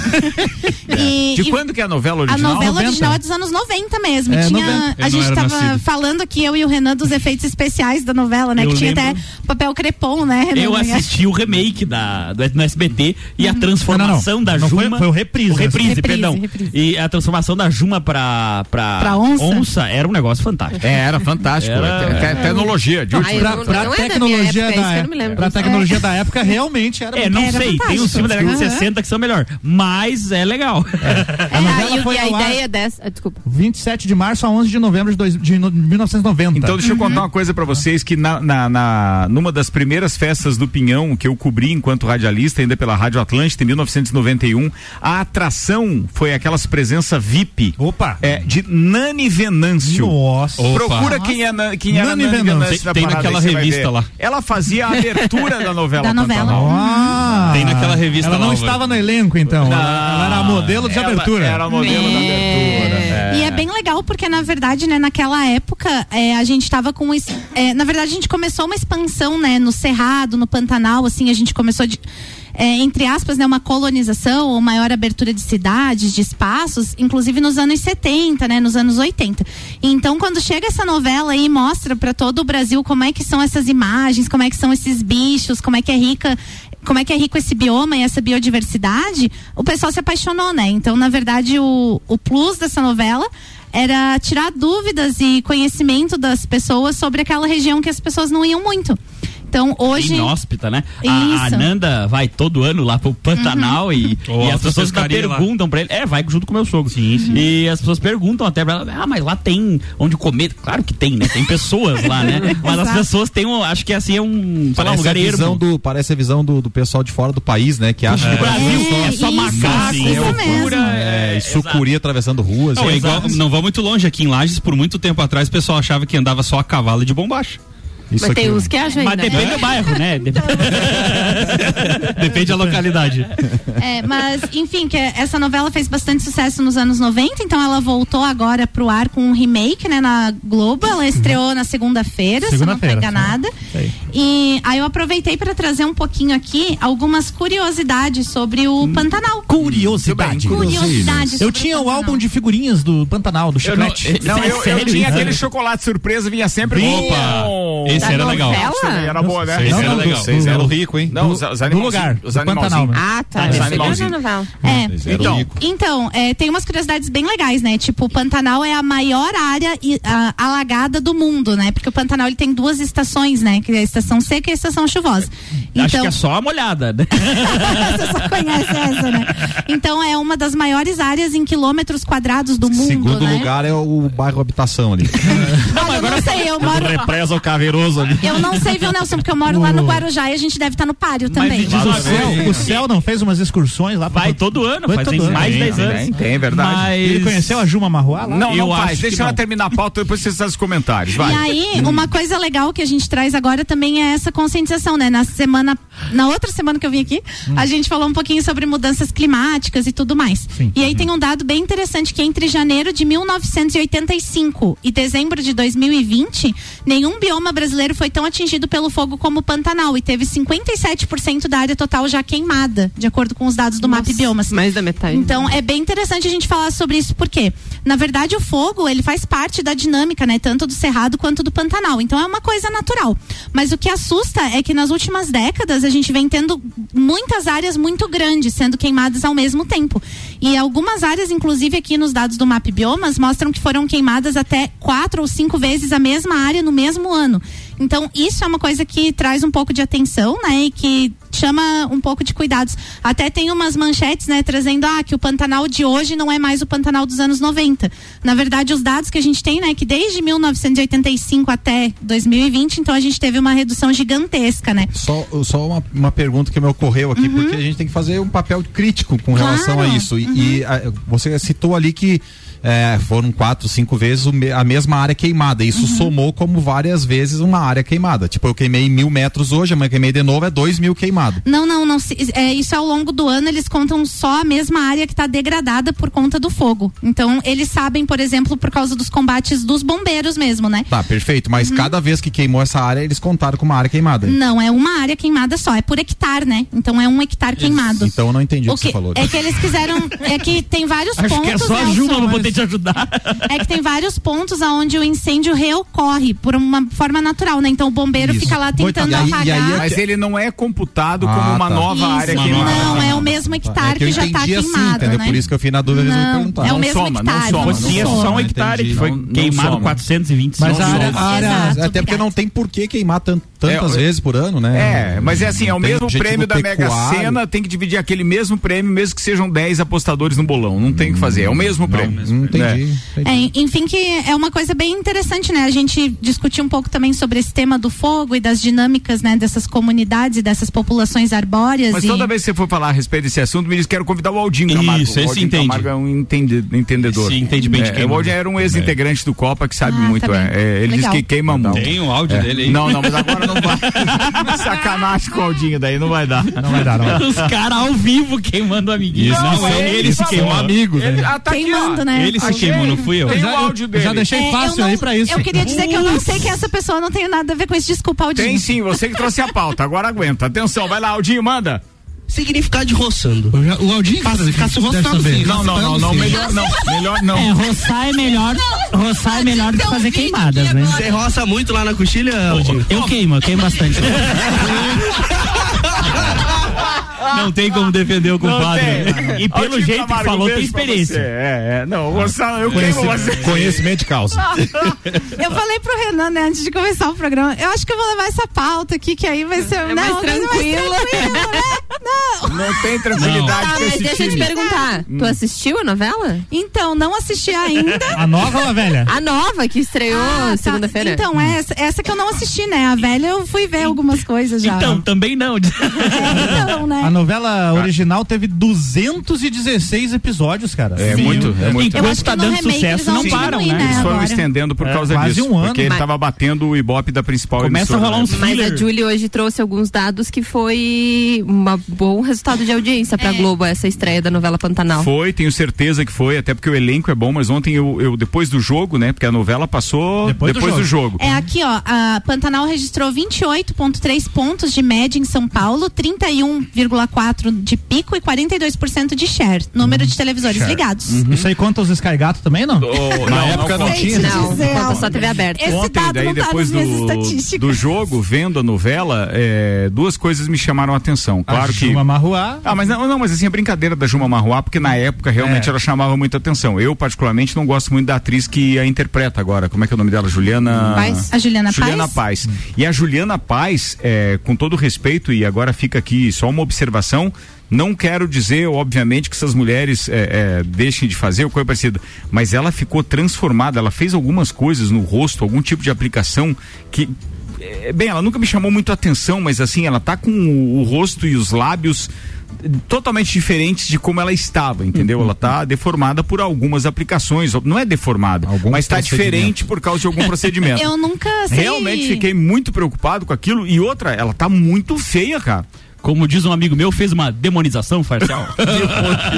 [SPEAKER 5] E,
[SPEAKER 2] De
[SPEAKER 5] e
[SPEAKER 2] quando que é a novela
[SPEAKER 5] A
[SPEAKER 2] original?
[SPEAKER 5] novela
[SPEAKER 8] 90?
[SPEAKER 5] original é dos anos 90 mesmo.
[SPEAKER 8] É,
[SPEAKER 5] tinha,
[SPEAKER 8] 90.
[SPEAKER 7] Eu
[SPEAKER 5] A gente
[SPEAKER 7] não era
[SPEAKER 5] tava
[SPEAKER 7] nascido.
[SPEAKER 5] falando aqui, eu e o Renan, dos efeitos especiais da novela, né?
[SPEAKER 3] Eu
[SPEAKER 5] que tinha
[SPEAKER 3] lembro.
[SPEAKER 5] até papel crepom, né, Renan?
[SPEAKER 3] Eu assisti o remake da, do, no SBT e a transformação da
[SPEAKER 8] Não
[SPEAKER 3] Juma.
[SPEAKER 8] foi- foi o reprise,
[SPEAKER 3] O reprise,
[SPEAKER 5] Reprise,
[SPEAKER 3] perdão.
[SPEAKER 5] reprise.
[SPEAKER 3] E a transformação da Juma pra, pra,
[SPEAKER 5] Pra onça.
[SPEAKER 3] era um negócio fantástico.
[SPEAKER 2] É, era fantástico.
[SPEAKER 3] Era-
[SPEAKER 8] É,
[SPEAKER 2] Te- te- tecnologia, de última.
[SPEAKER 9] Ai, eu
[SPEAKER 8] Pra,
[SPEAKER 9] não-
[SPEAKER 8] pra
[SPEAKER 9] não é da minha
[SPEAKER 8] tecnologia
[SPEAKER 9] época, é isso que eu não me
[SPEAKER 8] da
[SPEAKER 9] lembro
[SPEAKER 8] época, pra
[SPEAKER 9] disso.
[SPEAKER 8] tecnologia da época, realmente era.
[SPEAKER 3] É, não
[SPEAKER 5] Era
[SPEAKER 3] sei, tem
[SPEAKER 5] fantástico.
[SPEAKER 3] uns filmes da década de
[SPEAKER 5] Aham.
[SPEAKER 3] 60 que são melhor, mas é legal.
[SPEAKER 9] É,
[SPEAKER 8] novela
[SPEAKER 9] e o-
[SPEAKER 8] foi
[SPEAKER 9] e a
[SPEAKER 8] ao ar.
[SPEAKER 9] ideia dessa. ah, Desculpa.
[SPEAKER 8] 27 de março a 11 de novembro de, dois, de no- 1990.
[SPEAKER 2] Então deixa eu
[SPEAKER 5] Uhum.
[SPEAKER 2] contar uma coisa pra vocês que na, na- na- numa das primeiras festas do Pinhão que eu cobri enquanto radialista ainda pela Rádio Atlântida em 1991, a atração foi aquelas presença VIP
[SPEAKER 8] Opa!
[SPEAKER 2] é, de Nani Venâncio.
[SPEAKER 8] Nossa!
[SPEAKER 2] Procura quem é na, quem era
[SPEAKER 8] Nani
[SPEAKER 2] Nani
[SPEAKER 8] Venâncio.
[SPEAKER 2] Venâncio. na
[SPEAKER 7] Tem
[SPEAKER 2] parada,
[SPEAKER 7] naquela
[SPEAKER 2] aí você vai
[SPEAKER 7] revista
[SPEAKER 2] ver.
[SPEAKER 7] lá.
[SPEAKER 2] Ela fazia a abertura da novela.
[SPEAKER 5] Da novela.
[SPEAKER 2] Pantanal.
[SPEAKER 8] Ah,
[SPEAKER 7] Tem naquela revista
[SPEAKER 8] Ela
[SPEAKER 7] lá,
[SPEAKER 8] não
[SPEAKER 7] Álvaro.
[SPEAKER 8] estava no elenco, então. Ela, ela era modelo de
[SPEAKER 2] Ela
[SPEAKER 8] abertura.
[SPEAKER 2] Era modelo da abertura. É.
[SPEAKER 5] E é bem legal porque, na verdade, né, naquela época, é, a gente tava com. es- é, na verdade, a gente começou uma expansão, né, no Cerrado, no Pantanal, assim, a gente começou de. é, entre aspas, né, uma colonização ou maior abertura de cidades, de espaços, inclusive nos anos 70, né, nos anos 80. Então, quando chega essa novela aí e mostra para todo o Brasil como é que são essas imagens, como é que são esses bichos, como é que é rica como é que é rico esse bioma e essa biodiversidade, o pessoal se apaixonou, né? Então, na verdade, o, o plus dessa novela era tirar dúvidas e conhecimento das pessoas sobre aquela região que as pessoas não iam muito. Então, hoje.
[SPEAKER 3] Inóspita, né? A, a
[SPEAKER 5] Isso.
[SPEAKER 3] Nanda vai todo ano lá pro
[SPEAKER 9] Uhum.
[SPEAKER 3] Pantanal e,
[SPEAKER 7] Ou
[SPEAKER 3] e as
[SPEAKER 7] altas
[SPEAKER 3] pessoas ainda
[SPEAKER 7] pescarias lá.
[SPEAKER 3] perguntam pra ele. É, vai junto com o meu sogro. Sim, sim. E as pessoas perguntam até pra ela: ah, mas lá tem onde comer? Claro que tem, né? Tem pessoas lá, né? Mas as
[SPEAKER 5] Exato.
[SPEAKER 3] pessoas têm, um, acho que assim é um, sei lá, um
[SPEAKER 6] Parece a
[SPEAKER 3] lugar
[SPEAKER 6] visão
[SPEAKER 3] ermo.
[SPEAKER 6] do Parece a visão do, do pessoal de fora do país, né? Que acha que
[SPEAKER 3] O
[SPEAKER 6] o Brasil
[SPEAKER 3] Brasil é, só
[SPEAKER 5] isso,
[SPEAKER 3] macaco,
[SPEAKER 5] isso mesmo.
[SPEAKER 3] loucura.
[SPEAKER 6] é, e sucuri atravessando ruas.
[SPEAKER 7] Não, é
[SPEAKER 6] né?
[SPEAKER 7] igual- não vamos muito longe aqui em Lages, por muito tempo atrás o pessoal achava que andava só a cavalo e de bombacha.
[SPEAKER 6] Isso
[SPEAKER 9] Mas
[SPEAKER 6] aqui.
[SPEAKER 9] tem
[SPEAKER 2] né?
[SPEAKER 9] uns que acham
[SPEAKER 3] Mas
[SPEAKER 9] ainda. Então,
[SPEAKER 3] depende do bairro, né? Depende-
[SPEAKER 7] Depende da localidade.
[SPEAKER 5] É, mas, enfim, que essa novela fez bastante sucesso nos anos 90, então ela voltou agora pro ar com um remake, né, na Globo. Ela estreou na segunda-feira, se eu não tô
[SPEAKER 8] Segunda-feira,
[SPEAKER 5] enganada. E aí eu aproveitei para trazer um pouquinho aqui algumas curiosidades sobre o Pantanal.
[SPEAKER 8] Curiosidade.
[SPEAKER 5] Curiosidades.
[SPEAKER 8] Eu
[SPEAKER 5] sobre
[SPEAKER 8] tinha o
[SPEAKER 5] Pantanal.
[SPEAKER 8] álbum de figurinhas do Pantanal, do
[SPEAKER 3] Eu não-
[SPEAKER 8] Chiclete.
[SPEAKER 2] Não, eu, eu
[SPEAKER 3] Sério?
[SPEAKER 2] tinha aquele chocolate surpresa, vinha sempre
[SPEAKER 7] Opa!
[SPEAKER 2] com-
[SPEAKER 7] Esse
[SPEAKER 9] Da
[SPEAKER 7] era legal.
[SPEAKER 9] novela?
[SPEAKER 2] Era boa, né?
[SPEAKER 7] Esse
[SPEAKER 8] Não,
[SPEAKER 7] era
[SPEAKER 8] não,
[SPEAKER 7] legal.
[SPEAKER 8] do-
[SPEAKER 6] Vocês eram ricos, hein?
[SPEAKER 2] Não,
[SPEAKER 8] Do-
[SPEAKER 2] os, os
[SPEAKER 8] do
[SPEAKER 2] animalzinhos-
[SPEAKER 8] lugar,
[SPEAKER 2] os
[SPEAKER 8] do Pantanal,
[SPEAKER 2] animalzinhos.
[SPEAKER 8] né?
[SPEAKER 9] Ah, tá.
[SPEAKER 2] Ah,
[SPEAKER 9] Esse
[SPEAKER 2] esse
[SPEAKER 9] era
[SPEAKER 2] animalzinho.
[SPEAKER 9] da novela.
[SPEAKER 5] É.
[SPEAKER 6] Era
[SPEAKER 2] Então,
[SPEAKER 6] rico.
[SPEAKER 5] Então, é, tem umas curiosidades bem legais, né? Tipo, o Pantanal é a maior área e- a- alagada do mundo, né? Porque o Pantanal ele tem duas estações, né? Que é a estação seca e a estação chuvosa. Então,
[SPEAKER 3] Acho
[SPEAKER 9] então.
[SPEAKER 3] que é só a molhada, né?
[SPEAKER 5] Você só conhece essa, né? Então é uma das maiores áreas em quilômetros quadrados do mundo,
[SPEAKER 6] Segundo
[SPEAKER 5] né?
[SPEAKER 6] lugar é o bairro Habitação ali.
[SPEAKER 5] Olha, eu não sei, eu moro.
[SPEAKER 6] Represa o Caveiroso ali.
[SPEAKER 5] Eu não sei, viu, Nelson? Porque eu moro lá no Guarujá e a gente deve estar no páreo também.
[SPEAKER 3] me diz
[SPEAKER 8] O céu, o céu não fez umas excursões lá pra
[SPEAKER 3] Vai todo ano,
[SPEAKER 8] Vai
[SPEAKER 3] faz
[SPEAKER 8] todo né? ano.
[SPEAKER 3] mais de
[SPEAKER 2] Tem,
[SPEAKER 3] 10 anos.
[SPEAKER 2] tem, tem, é verdade.
[SPEAKER 3] Mas...
[SPEAKER 8] Ele conheceu a Juma Marruá lá?
[SPEAKER 2] Não, não
[SPEAKER 3] Eu
[SPEAKER 2] faz.
[SPEAKER 3] acho que
[SPEAKER 2] Deixa ela
[SPEAKER 3] não.
[SPEAKER 2] terminar a pauta, depois vocês fazem os comentários. Vai.
[SPEAKER 5] E aí, uma coisa legal que a gente traz agora também é essa conscientização, né? Na semana na outra semana que eu vim aqui, a gente falou um pouquinho sobre mudanças climáticas e tudo mais.
[SPEAKER 8] Sim.
[SPEAKER 5] E aí tem um dado bem interessante que entre janeiro de 1985 e dezembro de 2020, nenhum bioma brasileiro foi tão atingido pelo fogo como o Pantanal e teve 57% da área total já queimada, de acordo com os dados do MAP Biomas.
[SPEAKER 9] Mais da metade.
[SPEAKER 5] Então é bem interessante a gente falar sobre isso, porque na verdade o fogo ele faz parte da dinâmica, né? Tanto do Cerrado quanto do Pantanal. Então é uma coisa natural. Mas o que assusta é que nas últimas décadas a gente vem tendo muitas áreas muito grandes sendo queimadas ao mesmo tempo. E algumas áreas, inclusive aqui nos dados do MAP Biomas, mostram que foram queimadas até quatro ou cinco vezes a mesma área no mesmo ano. Então, isso é uma coisa que traz um pouco de atenção, né? E que chama um pouco de cuidados. Até tem umas manchetes, né, trazendo ah, que o Pantanal de hoje não é mais o Pantanal dos anos 90. Na verdade, os dados que a gente tem, né, que desde 1985 até 2020, então a gente teve uma redução gigantesca, né?
[SPEAKER 6] Só, só uma, uma pergunta que me ocorreu aqui, porque a gente tem que fazer um papel crítico com
[SPEAKER 5] Uhum. Claro. Uhum.
[SPEAKER 6] relação a isso. E, e, a- você citou ali que é, foram quatro, cinco vezes o me- a mesma área queimada. Isso
[SPEAKER 5] Uhum.
[SPEAKER 6] somou como várias vezes uma área queimada. Tipo, eu queimei mil metros hoje, amanhã queimei de novo, é dois mil queimado.
[SPEAKER 5] Não, não, não. se- É, isso ao longo do ano eles contam só a mesma área que está degradada por conta do fogo. Então eles sabem, por exemplo, por causa dos combates dos bombeiros mesmo, né?
[SPEAKER 6] Tá, perfeito. Mas cada vez que queimou essa área, eles contaram com uma área queimada.
[SPEAKER 5] Não, é uma área queimada só, é por hectare, né? Então é um hectare queimado.
[SPEAKER 6] Então eu não entendi o que, você falou.
[SPEAKER 5] é que eles quiseram. É que tem vários
[SPEAKER 3] Acho
[SPEAKER 5] pontos.
[SPEAKER 3] que é só a
[SPEAKER 9] né,
[SPEAKER 5] Nelson,
[SPEAKER 3] Juma pra poder te ajudar.
[SPEAKER 5] É que tem vários pontos onde o incêndio reocorre por uma forma natural, né? Então o bombeiro
[SPEAKER 6] Isso.
[SPEAKER 5] fica lá
[SPEAKER 6] Boa,
[SPEAKER 5] tentando
[SPEAKER 6] e aí- e aí
[SPEAKER 5] Então, apagar.
[SPEAKER 6] é
[SPEAKER 2] Mas ele não é computado
[SPEAKER 6] Ah,
[SPEAKER 2] como uma
[SPEAKER 6] tá.
[SPEAKER 2] nova
[SPEAKER 5] Isso,
[SPEAKER 2] área
[SPEAKER 5] não,
[SPEAKER 2] queimada.
[SPEAKER 5] é o mesmo hectare que,
[SPEAKER 6] Ah, eu
[SPEAKER 5] já tá
[SPEAKER 6] entendi assim,
[SPEAKER 5] queimado,
[SPEAKER 6] entendeu?
[SPEAKER 5] né?
[SPEAKER 6] Por isso que eu fui na dúvida eles me
[SPEAKER 5] Não,
[SPEAKER 6] perguntaram.
[SPEAKER 5] é o
[SPEAKER 2] Não
[SPEAKER 5] mesmo
[SPEAKER 2] soma, não
[SPEAKER 5] hectare.
[SPEAKER 2] soma, não
[SPEAKER 3] Fosse
[SPEAKER 2] soma.
[SPEAKER 3] só um
[SPEAKER 6] não
[SPEAKER 3] hectare
[SPEAKER 6] entendi,
[SPEAKER 3] que foi
[SPEAKER 2] não- não
[SPEAKER 3] queimado
[SPEAKER 2] soma.
[SPEAKER 3] 425.
[SPEAKER 8] Mas a
[SPEAKER 3] soma.
[SPEAKER 8] área, a área,
[SPEAKER 5] Exato,
[SPEAKER 6] Até é porque
[SPEAKER 5] obrigada.
[SPEAKER 6] não tem por que queimar tan- tantas
[SPEAKER 2] É, eu-
[SPEAKER 6] vezes por ano, né?
[SPEAKER 2] É, mas é assim, é o
[SPEAKER 6] Tem
[SPEAKER 2] mesmo
[SPEAKER 6] objetivo
[SPEAKER 2] prêmio da Mega
[SPEAKER 6] pecuário.
[SPEAKER 2] Sena, tem que dividir aquele mesmo prêmio, mesmo que sejam 10 apostadores no bolão. Não tem o que fazer, é o mesmo prêmio.
[SPEAKER 6] Não entendi.
[SPEAKER 2] É.
[SPEAKER 6] entendi.
[SPEAKER 5] É, enfim, que é uma coisa bem interessante, né? A gente discutir um pouco também sobre esse tema do fogo e das dinâmicas, né? Dessas comunidades e dessas populações arbóreas.
[SPEAKER 2] Mas
[SPEAKER 5] e...
[SPEAKER 2] toda vez que você for falar a respeito desse assunto, me diz quero convidar o Aldinho Camargo.
[SPEAKER 7] Isso,
[SPEAKER 2] o
[SPEAKER 7] esse
[SPEAKER 2] Aldinho
[SPEAKER 7] entende.
[SPEAKER 2] Camargo é um entende- entendedor.
[SPEAKER 7] Esse entende bem de
[SPEAKER 2] É,
[SPEAKER 7] queima.
[SPEAKER 2] O Aldinho era um ex-integrante do Copa que sabe
[SPEAKER 5] Ah,
[SPEAKER 2] muito.
[SPEAKER 5] tá
[SPEAKER 2] é.
[SPEAKER 5] bem.
[SPEAKER 2] É, ele diz
[SPEAKER 5] Legal.
[SPEAKER 2] que queima muito.
[SPEAKER 7] Então,
[SPEAKER 2] É.
[SPEAKER 7] Tem o áudio dele aí.
[SPEAKER 2] Não, não, mas agora não vai. Sacanagem com o Aldinho daí, não vai dar.
[SPEAKER 8] Não vai dar, não.
[SPEAKER 3] Os caras ao vivo queimando amiguinho.
[SPEAKER 7] Isso,
[SPEAKER 2] Não,
[SPEAKER 7] são
[SPEAKER 2] é ele
[SPEAKER 7] eles que
[SPEAKER 2] falou.
[SPEAKER 7] queimam amigos. né?
[SPEAKER 2] Ele, ah, tá aqui, ó.
[SPEAKER 5] Queimando, né?
[SPEAKER 7] Ele se
[SPEAKER 2] Achei.
[SPEAKER 7] queimou, não fui eu.
[SPEAKER 2] Tem
[SPEAKER 7] Eu
[SPEAKER 2] o
[SPEAKER 8] já-
[SPEAKER 2] áudio
[SPEAKER 8] eu
[SPEAKER 2] dele.
[SPEAKER 8] já
[SPEAKER 5] É,
[SPEAKER 8] deixei
[SPEAKER 5] eu
[SPEAKER 8] fácil
[SPEAKER 5] não-
[SPEAKER 8] aí pra isso.
[SPEAKER 5] Eu queria dizer que eu não sei que essa pessoa não tem nada a ver com isso. Desculpa, Aldinho.
[SPEAKER 2] Tem sim, você que trouxe a pauta. Agora aguenta. Atenção, vai lá, Aldinho, manda.
[SPEAKER 10] Significado de roçando.
[SPEAKER 8] Eu já- O Aldinho cara,
[SPEAKER 10] Ficar se
[SPEAKER 8] deve
[SPEAKER 10] roçando
[SPEAKER 8] saber.
[SPEAKER 10] sim.
[SPEAKER 2] Tá Não, não, não, não, melhor não. Melhor não.
[SPEAKER 1] roçar é melhor, roçar é melhor do que fazer queimadas, né?
[SPEAKER 10] Você roça muito lá na coxilha, Aldinho?
[SPEAKER 1] Eu queimo, eu queimo bastante.
[SPEAKER 7] Não tem como defender o compadre.
[SPEAKER 3] E pelo
[SPEAKER 2] Aldinho
[SPEAKER 3] jeito que
[SPEAKER 2] Camargo,
[SPEAKER 3] falou,
[SPEAKER 2] beijo
[SPEAKER 3] tem
[SPEAKER 2] pra você.
[SPEAKER 3] experiência.
[SPEAKER 2] É, é. Não, Gonçalo, eu queimo você.
[SPEAKER 6] Conhecimento de causa.
[SPEAKER 5] Eu falei pro Renan, né, antes de começar o programa, eu acho que eu vou levar essa pauta aqui, que aí vai ser né,
[SPEAKER 9] É mais
[SPEAKER 5] uma coisa
[SPEAKER 9] tranquila.
[SPEAKER 5] tranquila, né? Não.
[SPEAKER 2] Não tem tranquilidade
[SPEAKER 9] Tá,
[SPEAKER 2] com
[SPEAKER 9] mas
[SPEAKER 2] esse
[SPEAKER 9] deixa eu te
[SPEAKER 2] time.
[SPEAKER 9] perguntar. Tu assistiu a novela?
[SPEAKER 5] Então, não assisti ainda.
[SPEAKER 8] A nova ou a velha?
[SPEAKER 9] A nova que estreou
[SPEAKER 5] Ah, tá.
[SPEAKER 9] segunda-feira.
[SPEAKER 5] Então, essa, essa que eu não assisti, né? A velha eu fui ver algumas coisas já.
[SPEAKER 3] Então, também não.
[SPEAKER 5] É, então né?
[SPEAKER 8] A novela original teve 216 episódios, cara.
[SPEAKER 2] É muito, é muito.
[SPEAKER 5] Eu acho
[SPEAKER 3] Enquanto
[SPEAKER 5] que
[SPEAKER 3] tá
[SPEAKER 5] no
[SPEAKER 3] dando
[SPEAKER 5] remake eles
[SPEAKER 3] sucesso,
[SPEAKER 5] vão
[SPEAKER 3] não param,
[SPEAKER 5] diminuir,
[SPEAKER 3] né?
[SPEAKER 2] Eles foram
[SPEAKER 5] agora.
[SPEAKER 2] estendendo por
[SPEAKER 8] É,
[SPEAKER 2] causa
[SPEAKER 8] quase
[SPEAKER 2] disso.
[SPEAKER 8] um ano.
[SPEAKER 2] Porque ele
[SPEAKER 9] Mas-
[SPEAKER 2] tava batendo o Ibope da principal
[SPEAKER 3] Começa a
[SPEAKER 2] emissora,
[SPEAKER 3] rolar
[SPEAKER 2] né?
[SPEAKER 3] uns
[SPEAKER 5] é
[SPEAKER 9] Mas a
[SPEAKER 3] filler.
[SPEAKER 9] Julie hoje trouxe alguns dados que foi um bom resultado de audiência
[SPEAKER 5] É.
[SPEAKER 9] pra Globo, essa estreia da novela Pantanal.
[SPEAKER 2] Foi, tenho certeza que foi, até porque o elenco é bom, mas ontem eu, eu depois do jogo, né? Porque a novela passou
[SPEAKER 8] Depois
[SPEAKER 2] depois,
[SPEAKER 8] do
[SPEAKER 2] do, jogo.
[SPEAKER 5] É aqui, ó. A Pantanal registrou 28,3 pontos de média em São Paulo, 31,4 de pico e 42% de share. Número de televisores ligados.
[SPEAKER 8] Não sei quantos Sky Gato também, não?
[SPEAKER 2] Oh,
[SPEAKER 6] Na época não tinha.
[SPEAKER 5] né?
[SPEAKER 9] Não,
[SPEAKER 5] dizer,
[SPEAKER 9] conta
[SPEAKER 5] ó,
[SPEAKER 9] só TV aberta.
[SPEAKER 5] Esse
[SPEAKER 2] Ontem,
[SPEAKER 5] dado
[SPEAKER 2] daí,
[SPEAKER 5] não tá
[SPEAKER 2] depois
[SPEAKER 5] nas minhas
[SPEAKER 2] do,
[SPEAKER 5] estatísticas.
[SPEAKER 2] do jogo, vendo a novela, é, duas coisas me chamaram a atenção. Claro que.
[SPEAKER 8] Uma Marruá.
[SPEAKER 2] Ah, mas não, não, mas assim, a brincadeira da Juma Marruá, porque na época realmente
[SPEAKER 8] É.
[SPEAKER 2] ela chamava muita atenção. Eu, particularmente, não gosto muito da atriz que a interpreta agora. Como é que é o nome dela? Juliana.
[SPEAKER 9] Paz?
[SPEAKER 5] A Juliana Paz?
[SPEAKER 2] Juliana Paz. E a Juliana Paz, é, com todo respeito, e agora fica aqui só uma observação. Não quero dizer, obviamente, que essas mulheres é, é, deixem de fazer ou coisa parecida, mas ela ficou transformada, ela fez algumas coisas no rosto, algum tipo de aplicação que. é, Bem, ela nunca me chamou muito a atenção, mas assim, ela tá com o, o rosto e os lábios totalmente diferentes de como ela estava, entendeu? Ela está deformada por algumas aplicações. Não é deformada, mas está diferente por causa de algum procedimento.
[SPEAKER 5] Eu nunca
[SPEAKER 9] Ah,
[SPEAKER 5] sei.
[SPEAKER 2] Realmente fiquei muito preocupado com aquilo. E outra, ela tá muito feia, cara.
[SPEAKER 3] Como diz um amigo meu, fez uma demonização facial.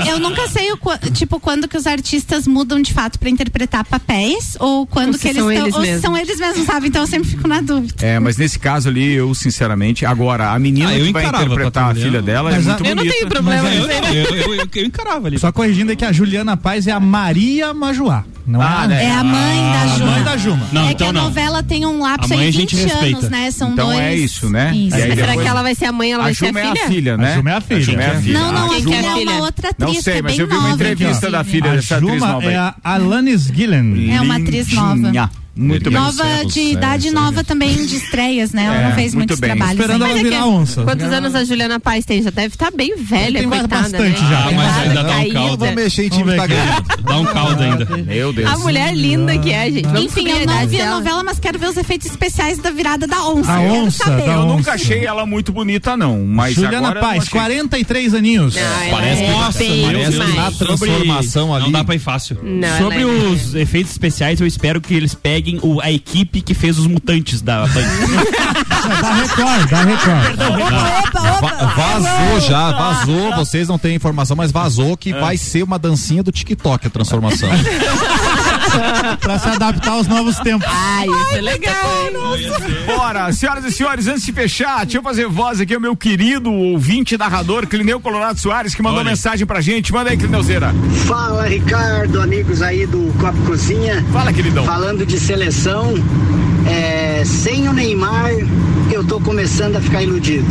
[SPEAKER 5] Eu nunca sei o qua- tipo quando que os artistas mudam de fato pra interpretar papéis ou quando
[SPEAKER 9] Ou se
[SPEAKER 5] que eles
[SPEAKER 9] são
[SPEAKER 5] tão-
[SPEAKER 9] eles
[SPEAKER 5] ou se
[SPEAKER 9] mesmos.
[SPEAKER 5] são eles mesmos, sabe? Então eu sempre fico na dúvida.
[SPEAKER 2] É, mas nesse caso ali, eu sinceramente, agora, a menina
[SPEAKER 7] Ah, eu
[SPEAKER 2] que vai
[SPEAKER 7] encarava
[SPEAKER 2] interpretar
[SPEAKER 7] pra
[SPEAKER 2] a
[SPEAKER 7] tua
[SPEAKER 2] filha
[SPEAKER 7] mulher.
[SPEAKER 2] dela é
[SPEAKER 8] Mas a-
[SPEAKER 2] muito
[SPEAKER 8] eu
[SPEAKER 2] bonita. é
[SPEAKER 9] problema.
[SPEAKER 7] Eu, eu- eu- eu encarava ali.
[SPEAKER 8] Só corrigindo aí que a Juliana Paz é a Maria Majuá. Não é a-
[SPEAKER 2] Ah, né?
[SPEAKER 5] É a mãe da
[SPEAKER 8] a
[SPEAKER 5] Juma.
[SPEAKER 8] mãe da Juma.
[SPEAKER 7] Não,
[SPEAKER 5] é
[SPEAKER 7] então
[SPEAKER 5] que a
[SPEAKER 7] não.
[SPEAKER 5] novela tem um lapso
[SPEAKER 7] A mãe
[SPEAKER 9] é
[SPEAKER 5] aí
[SPEAKER 7] a
[SPEAKER 5] de
[SPEAKER 7] gente
[SPEAKER 5] 20 anos,
[SPEAKER 7] respeita.
[SPEAKER 5] né? São
[SPEAKER 2] Então
[SPEAKER 5] dois.
[SPEAKER 2] é isso, né?
[SPEAKER 5] Isso.
[SPEAKER 2] E aí
[SPEAKER 9] Mas será
[SPEAKER 2] depois-
[SPEAKER 9] que ela vai ser a mãe, ela
[SPEAKER 2] A
[SPEAKER 9] vai ser a
[SPEAKER 2] Juma é
[SPEAKER 9] filha?
[SPEAKER 2] a filha, né?
[SPEAKER 8] A Juma é a filha.
[SPEAKER 2] Juma é a
[SPEAKER 8] Não,
[SPEAKER 2] filha.
[SPEAKER 5] Não, não, aquela
[SPEAKER 9] Quem que é a
[SPEAKER 5] é uma
[SPEAKER 9] filha?
[SPEAKER 5] outra atriz
[SPEAKER 2] Não
[SPEAKER 5] que
[SPEAKER 2] sei,
[SPEAKER 5] é
[SPEAKER 2] mas
[SPEAKER 5] bem
[SPEAKER 2] eu vi uma
[SPEAKER 5] nova,
[SPEAKER 2] entrevista
[SPEAKER 5] inclusive.
[SPEAKER 2] da filha
[SPEAKER 8] A
[SPEAKER 2] dessa atriz
[SPEAKER 8] Juma
[SPEAKER 2] nova.
[SPEAKER 8] é
[SPEAKER 2] aí.
[SPEAKER 8] a Alanis Gillen.
[SPEAKER 5] É uma atriz nova.
[SPEAKER 2] Lindinha. Muito bem.
[SPEAKER 5] Nova de idade nova também de estreias, né? Ela
[SPEAKER 2] É,
[SPEAKER 5] não fez
[SPEAKER 2] muito
[SPEAKER 5] muitos
[SPEAKER 2] bem.
[SPEAKER 5] trabalhos.
[SPEAKER 8] Esperando
[SPEAKER 5] ainda.
[SPEAKER 8] ela
[SPEAKER 9] Mas é que-
[SPEAKER 8] virar onça.
[SPEAKER 9] Quantos anos a Juliana Paz tem? Já deve estar bem velha,
[SPEAKER 8] Tem
[SPEAKER 9] coitada,
[SPEAKER 8] bastante
[SPEAKER 9] né?
[SPEAKER 8] já.
[SPEAKER 7] Ah, mas ainda dá um
[SPEAKER 9] Caída.
[SPEAKER 7] caldo.
[SPEAKER 6] Vamos mexer em
[SPEAKER 8] Vamos
[SPEAKER 6] time
[SPEAKER 8] ver
[SPEAKER 6] tá
[SPEAKER 8] aqui.
[SPEAKER 6] grande.
[SPEAKER 7] Dá um caldo ainda.
[SPEAKER 2] Meu Deus.
[SPEAKER 9] A mulher linda que é, gente. Vamos
[SPEAKER 5] Enfim,
[SPEAKER 9] descobrir a
[SPEAKER 5] eu não
[SPEAKER 9] idade
[SPEAKER 5] vi a
[SPEAKER 9] dela.
[SPEAKER 5] novela, mas quero ver os efeitos especiais da virada da onça.
[SPEAKER 8] A
[SPEAKER 5] Quero
[SPEAKER 8] onça,
[SPEAKER 5] saber.
[SPEAKER 8] da
[SPEAKER 2] Eu
[SPEAKER 8] onça.
[SPEAKER 2] nunca achei ela muito bonita, não. Mas
[SPEAKER 8] Juliana
[SPEAKER 2] agora eu
[SPEAKER 8] Paz,
[SPEAKER 2] achei.
[SPEAKER 8] 43 aninhos.
[SPEAKER 9] Não, ela
[SPEAKER 7] Parece
[SPEAKER 9] é
[SPEAKER 7] que- Nossa,
[SPEAKER 9] bem
[SPEAKER 7] parece que
[SPEAKER 9] demais.
[SPEAKER 7] dá
[SPEAKER 6] transformação
[SPEAKER 7] Não
[SPEAKER 6] ali.
[SPEAKER 7] dá pra ir fácil.
[SPEAKER 9] Não, ela
[SPEAKER 3] Sobre
[SPEAKER 9] é-
[SPEAKER 3] os efeitos especiais, eu espero que eles peguem o- a equipe que fez os mutantes da Band.
[SPEAKER 8] Da Record, da Record.
[SPEAKER 6] Va- vazou já, vazou. Vocês não têm informação, mas vazou
[SPEAKER 2] É.
[SPEAKER 6] que vai ser uma dancinha do TikTok a transformação.
[SPEAKER 8] pra se adaptar aos novos tempos.
[SPEAKER 9] Ai, isso é legal.
[SPEAKER 2] Bora, senhoras e senhores, antes de fechar, deixa eu fazer voz aqui ao meu querido ouvinte narrador, Clineu Colorado Soares, que mandou mensagem pra gente. Manda aí, Clineuzeira.
[SPEAKER 11] Fala Ricardo, amigos aí do Copo Cozinha.
[SPEAKER 2] Fala, queridão.
[SPEAKER 11] Falando de seleção, é, sem o Neymar, eu tô começando a ficar iludido.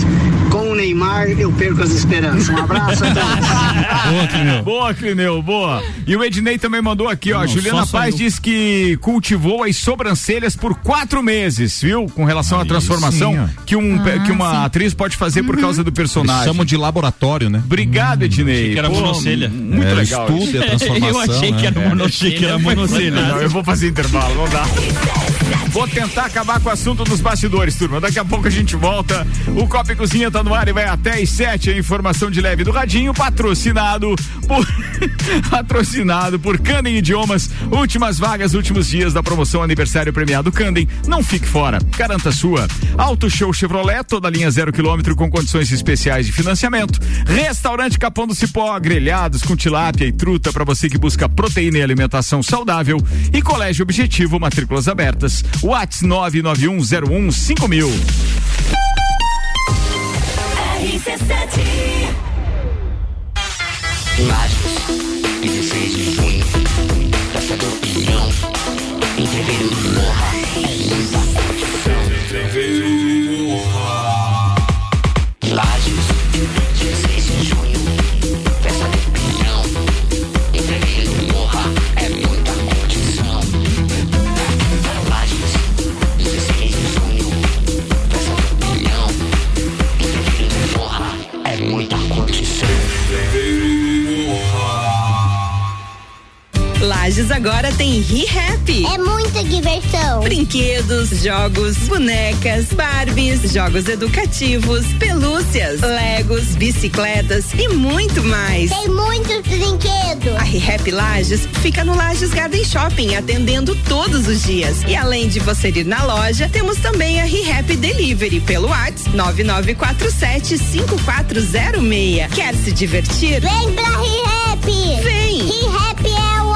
[SPEAKER 11] Com o Neymar, eu perco as esperanças. Um abraço a todos.
[SPEAKER 7] Boa, Clineu.
[SPEAKER 2] Boa, Clineu, boa. E o Ednei também mandou aqui, ó.
[SPEAKER 7] Não,
[SPEAKER 2] Juliana
[SPEAKER 7] só
[SPEAKER 2] Paz
[SPEAKER 7] saiu.
[SPEAKER 2] diz que cultivou as sobrancelhas por quatro meses, viu? Com relação à transformação
[SPEAKER 6] sim,
[SPEAKER 2] que, um,
[SPEAKER 5] Ah,
[SPEAKER 2] que uma
[SPEAKER 5] sim.
[SPEAKER 2] atriz pode fazer por causa do
[SPEAKER 6] Eles
[SPEAKER 2] personagem.
[SPEAKER 6] chamam de laboratório, né?
[SPEAKER 2] Obrigado, Ednei.
[SPEAKER 7] que era
[SPEAKER 2] Pô,
[SPEAKER 7] monocelha.
[SPEAKER 2] Muito
[SPEAKER 6] É,
[SPEAKER 2] legal. isso.
[SPEAKER 6] Estuda a transformação.
[SPEAKER 3] eu achei
[SPEAKER 6] né?
[SPEAKER 3] que era
[SPEAKER 6] É.
[SPEAKER 3] monocelha.
[SPEAKER 7] que era
[SPEAKER 3] mas-
[SPEAKER 7] monocelha.
[SPEAKER 2] Não, eu vou fazer intervalo, não dá. Vou tentar acabar com o assunto dos bastidores, turma. Daqui a pouco a gente volta. O Copa e Cozinha tá no ar e vai até às 7. A informação de leve do Radinho, patrocinado por. patrocinado por Candem Idiomas. Últimas vagas, últimos dias da promoção aniversário premiado Candem. Não fique fora, garanta a sua. Auto Show Chevrolet, toda linha zero quilômetro com condições especiais de financiamento. Restaurante Capão do Cipó, grelhados com tilápia e truta para você que busca proteína e alimentação saudável. E Colégio Objetivo, matrículas abertas. Whats 991015000.
[SPEAKER 1] Lages agora tem ReHap.
[SPEAKER 4] É muita diversão.
[SPEAKER 1] Brinquedos, jogos, bonecas, Barbies, jogos educativos, pelúcias, Legos, bicicletas e muito mais.
[SPEAKER 4] Tem muitos brinquedos.
[SPEAKER 1] A ReHap Lages fica no Lages Garden Shopping, atendendo todos os dias. E além de você ir na loja, temos também a ReHap Delivery pelo WhatsApp 99475406. Quer se divertir?
[SPEAKER 4] Vem pra Re-Rap.
[SPEAKER 1] Vem!
[SPEAKER 4] Re-Rap é uau.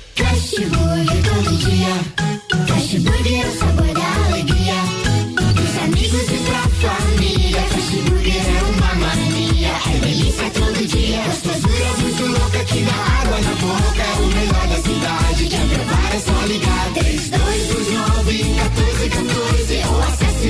[SPEAKER 4] Cashburger todo dia. Cashburger é o sabor da alegria. Dos amigos e pra família. Cashburger é uma mania. É delícia todo dia. Gostosura muito louca que dá água na boca. É o melhor da cidade. Quer provar é só ligar. um, 3229 1414 ou acesse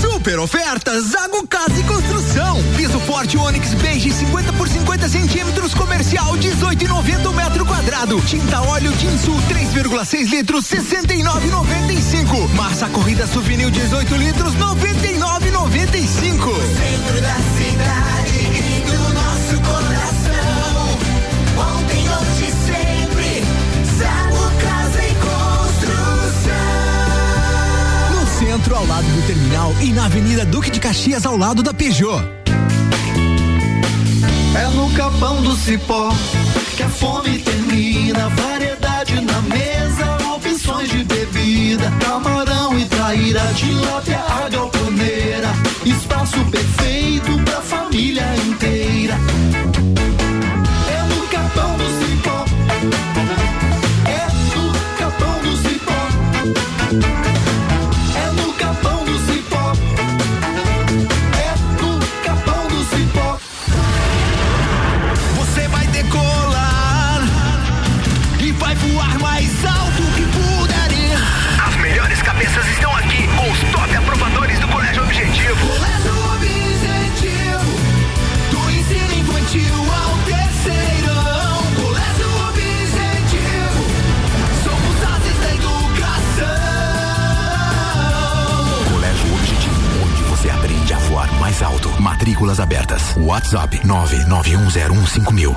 [SPEAKER 12] Super ofertas Zago Casa e Construção. Piso forte Onix Beige 50 por 50 centímetros comercial 18,90 o metro quadrado. Tinta óleo Tinsul 3,6 litros 69,95. Massa corrida Suvinil 18 litros 99,95.
[SPEAKER 4] Centro da cidade e do nosso coração. Ontem, hoje, sempre. Sago, casa e construção.
[SPEAKER 12] No centro, ao lado do terminal e na Avenida Duque de Caxias, ao lado da Peugeot.
[SPEAKER 4] É no capão do cipó que a fome termina. Variedade na mesa, opções de bebida, camarão e traíra, tilápia, a galponeira. Espaço perfeito pra família inteira. É no capão do cipó. É no capão do cipó. É no capão do cipó. É no capão do cipó. Você vai decolar e vai voar mais alto que puder.
[SPEAKER 13] As melhores cabeças estão aqui com os top aprovadores do Colégio Objetivo.
[SPEAKER 4] Colégio Objetivo, do ensino infantil ao terceirão. Colégio Objetivo, somos ases da educação.
[SPEAKER 14] Colégio Objetivo, onde você aprende a voar mais alto. Matrículas abertas. WhatsApp 991015000.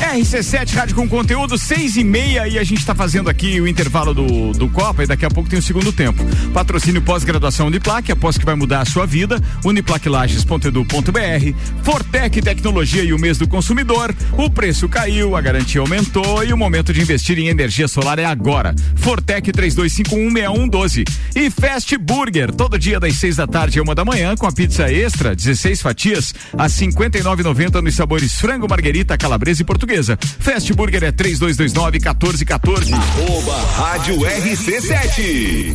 [SPEAKER 2] É, RC7 Rádio com conteúdo, seis e meia e a gente está fazendo aqui o intervalo do, do Copa e daqui a pouco tem o segundo tempo. Patrocínio pós-graduação Uniplac, após que vai mudar a sua vida, uniplaclages.edu.br, Fortec Tecnologia e o mês do consumidor, o preço caiu, a garantia aumentou e o momento de investir em energia solar é agora. Fortec 32516112 e Fast Burger, todo dia das seis da tarde e uma da manhã com a pizza extra, 16 fatias a 59,90 nos sabores frango, marguerita, calabresa e portuguesa. Fast Burger é 3229 1414.
[SPEAKER 15] Arroba Rádio RC7.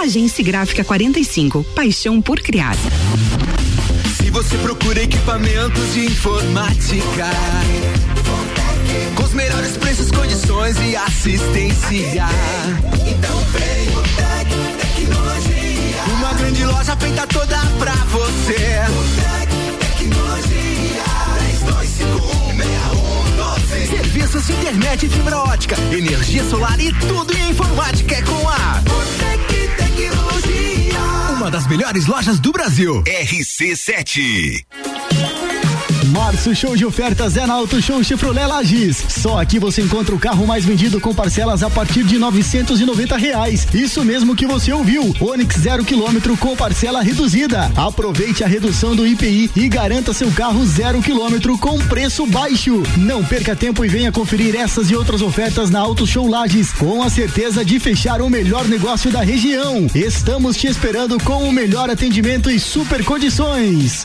[SPEAKER 16] Agência Gráfica 45. Paixão por criar.
[SPEAKER 12] Se você procura equipamentos de informática, com os melhores preços, condições e assistência.
[SPEAKER 4] Então vem o Tec Tecnologia.
[SPEAKER 12] Uma grande loja feita toda pra você.
[SPEAKER 4] Tecnologia. 32516112.
[SPEAKER 12] Serviços de internet, fibra ótica, energia solar e tudo em informática é com a
[SPEAKER 4] Tec Tecnologia.
[SPEAKER 12] uma das melhores lojas do Brasil.
[SPEAKER 15] RC7.
[SPEAKER 17] Março Show de Ofertas é na Auto Show Chevrolet Lages. Só aqui você encontra o carro mais vendido com parcelas a partir de R$ reais. Isso mesmo que você ouviu. Onix zero quilômetro com parcela reduzida. Aproveite a redução do IPI e garanta seu carro zero quilômetro com preço baixo. Não perca tempo e venha conferir essas e outras ofertas na Auto Show Lages com a certeza de fechar o melhor negócio da região. Estamos te esperando com o melhor atendimento e super condições.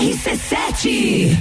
[SPEAKER 4] RC7.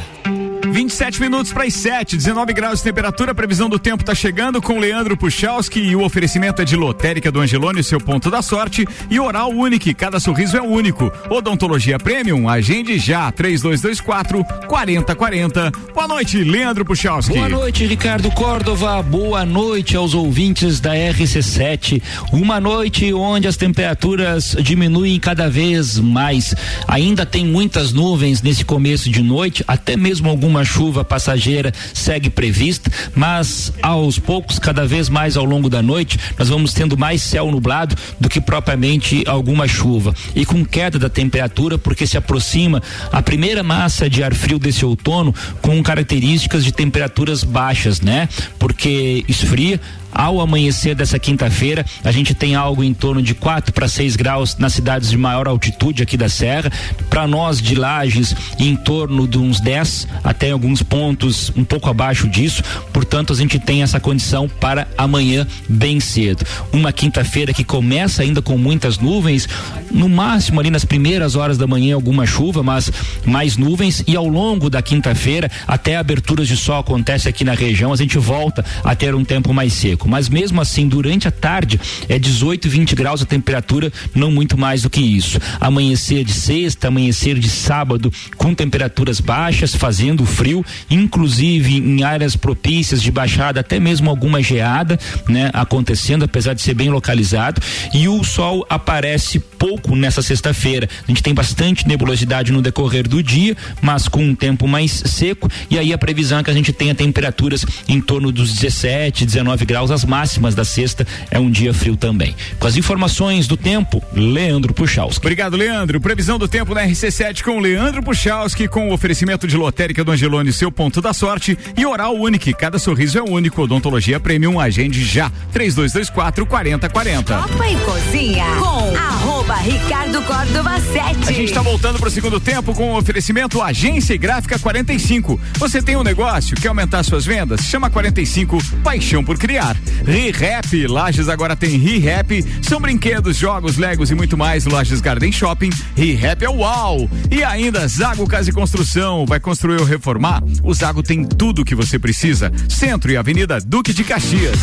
[SPEAKER 2] 27 minutos para as 7, 19 graus de temperatura, previsão do tempo está chegando com Leandro Puchalski e o oferecimento é de lotérica do Angelone, o seu ponto da sorte e oral único, cada sorriso é único. Odontologia Premium, agende já, 3224 4040. Boa noite, Leandro Puchalski.
[SPEAKER 18] Boa noite, Ricardo Córdova. Boa noite aos ouvintes da RC7. Uma noite onde as temperaturas diminuem cada vez mais. Ainda tem muitas nuvens nesse começo de noite, até mesmo alguma chuva passageira segue prevista, mas aos poucos, cada vez mais ao longo da noite, nós vamos tendo mais céu nublado do que propriamente alguma chuva. E com queda da temperatura, porque se aproxima a primeira massa de ar frio desse outono com características de temperaturas baixas, né? Porque esfria, ao amanhecer dessa quinta-feira, a gente tem algo em torno de 4 para 6 graus nas cidades de maior altitude aqui da Serra. Para nós de Lages, em torno de uns 10 até alguns pontos um pouco abaixo disso. Portanto, a gente tem essa condição para amanhã bem cedo. Uma quinta-feira que começa ainda com muitas nuvens, no máximo ali nas primeiras horas da manhã alguma chuva, mas mais nuvens e ao longo da quinta-feira até aberturas de sol acontece aqui na região. A gente volta a ter um tempo mais seco mas mesmo assim, durante a tarde é 18, 20 graus a temperatura, não muito mais do que isso. Amanhecer de sexta, amanhecer de sábado, com temperaturas baixas, fazendo frio, inclusive em áreas propícias de baixada, até mesmo alguma geada, né, acontecendo, apesar de ser bem localizado, e o sol aparece pouco nessa sexta-feira. A gente tem bastante nebulosidade no decorrer do dia, mas com um tempo mais seco, e aí a previsão é que a gente tenha temperaturas em torno dos 17, 19 graus graus as máximas da sexta é um dia frio também. Com as informações do tempo, Leandro Puchalski.
[SPEAKER 2] Obrigado, Leandro. Previsão do tempo na RC7 com Leandro Puchalski, com o oferecimento de lotérica do Angelone, seu ponto da sorte e oral único. Cada sorriso é único. Odontologia Premium, agende já. 3224 4040.
[SPEAKER 19] Copa e Cozinha com arroba Ricardo Córdova 7.
[SPEAKER 2] A gente tá- está voltando para o segundo tempo com o oferecimento Agência e Gráfica 45. Você tem um negócio, quer aumentar suas vendas? Chama 45 Paixão por Criar. ReHap, Lages agora tem ReHap, são brinquedos, jogos, legos e muito mais no Lages Garden Shopping. ReHap é uau! E ainda Zago Casa e Construção, vai construir ou reformar? O Zago tem tudo o que você precisa. Centro e Avenida Duque de Caxias.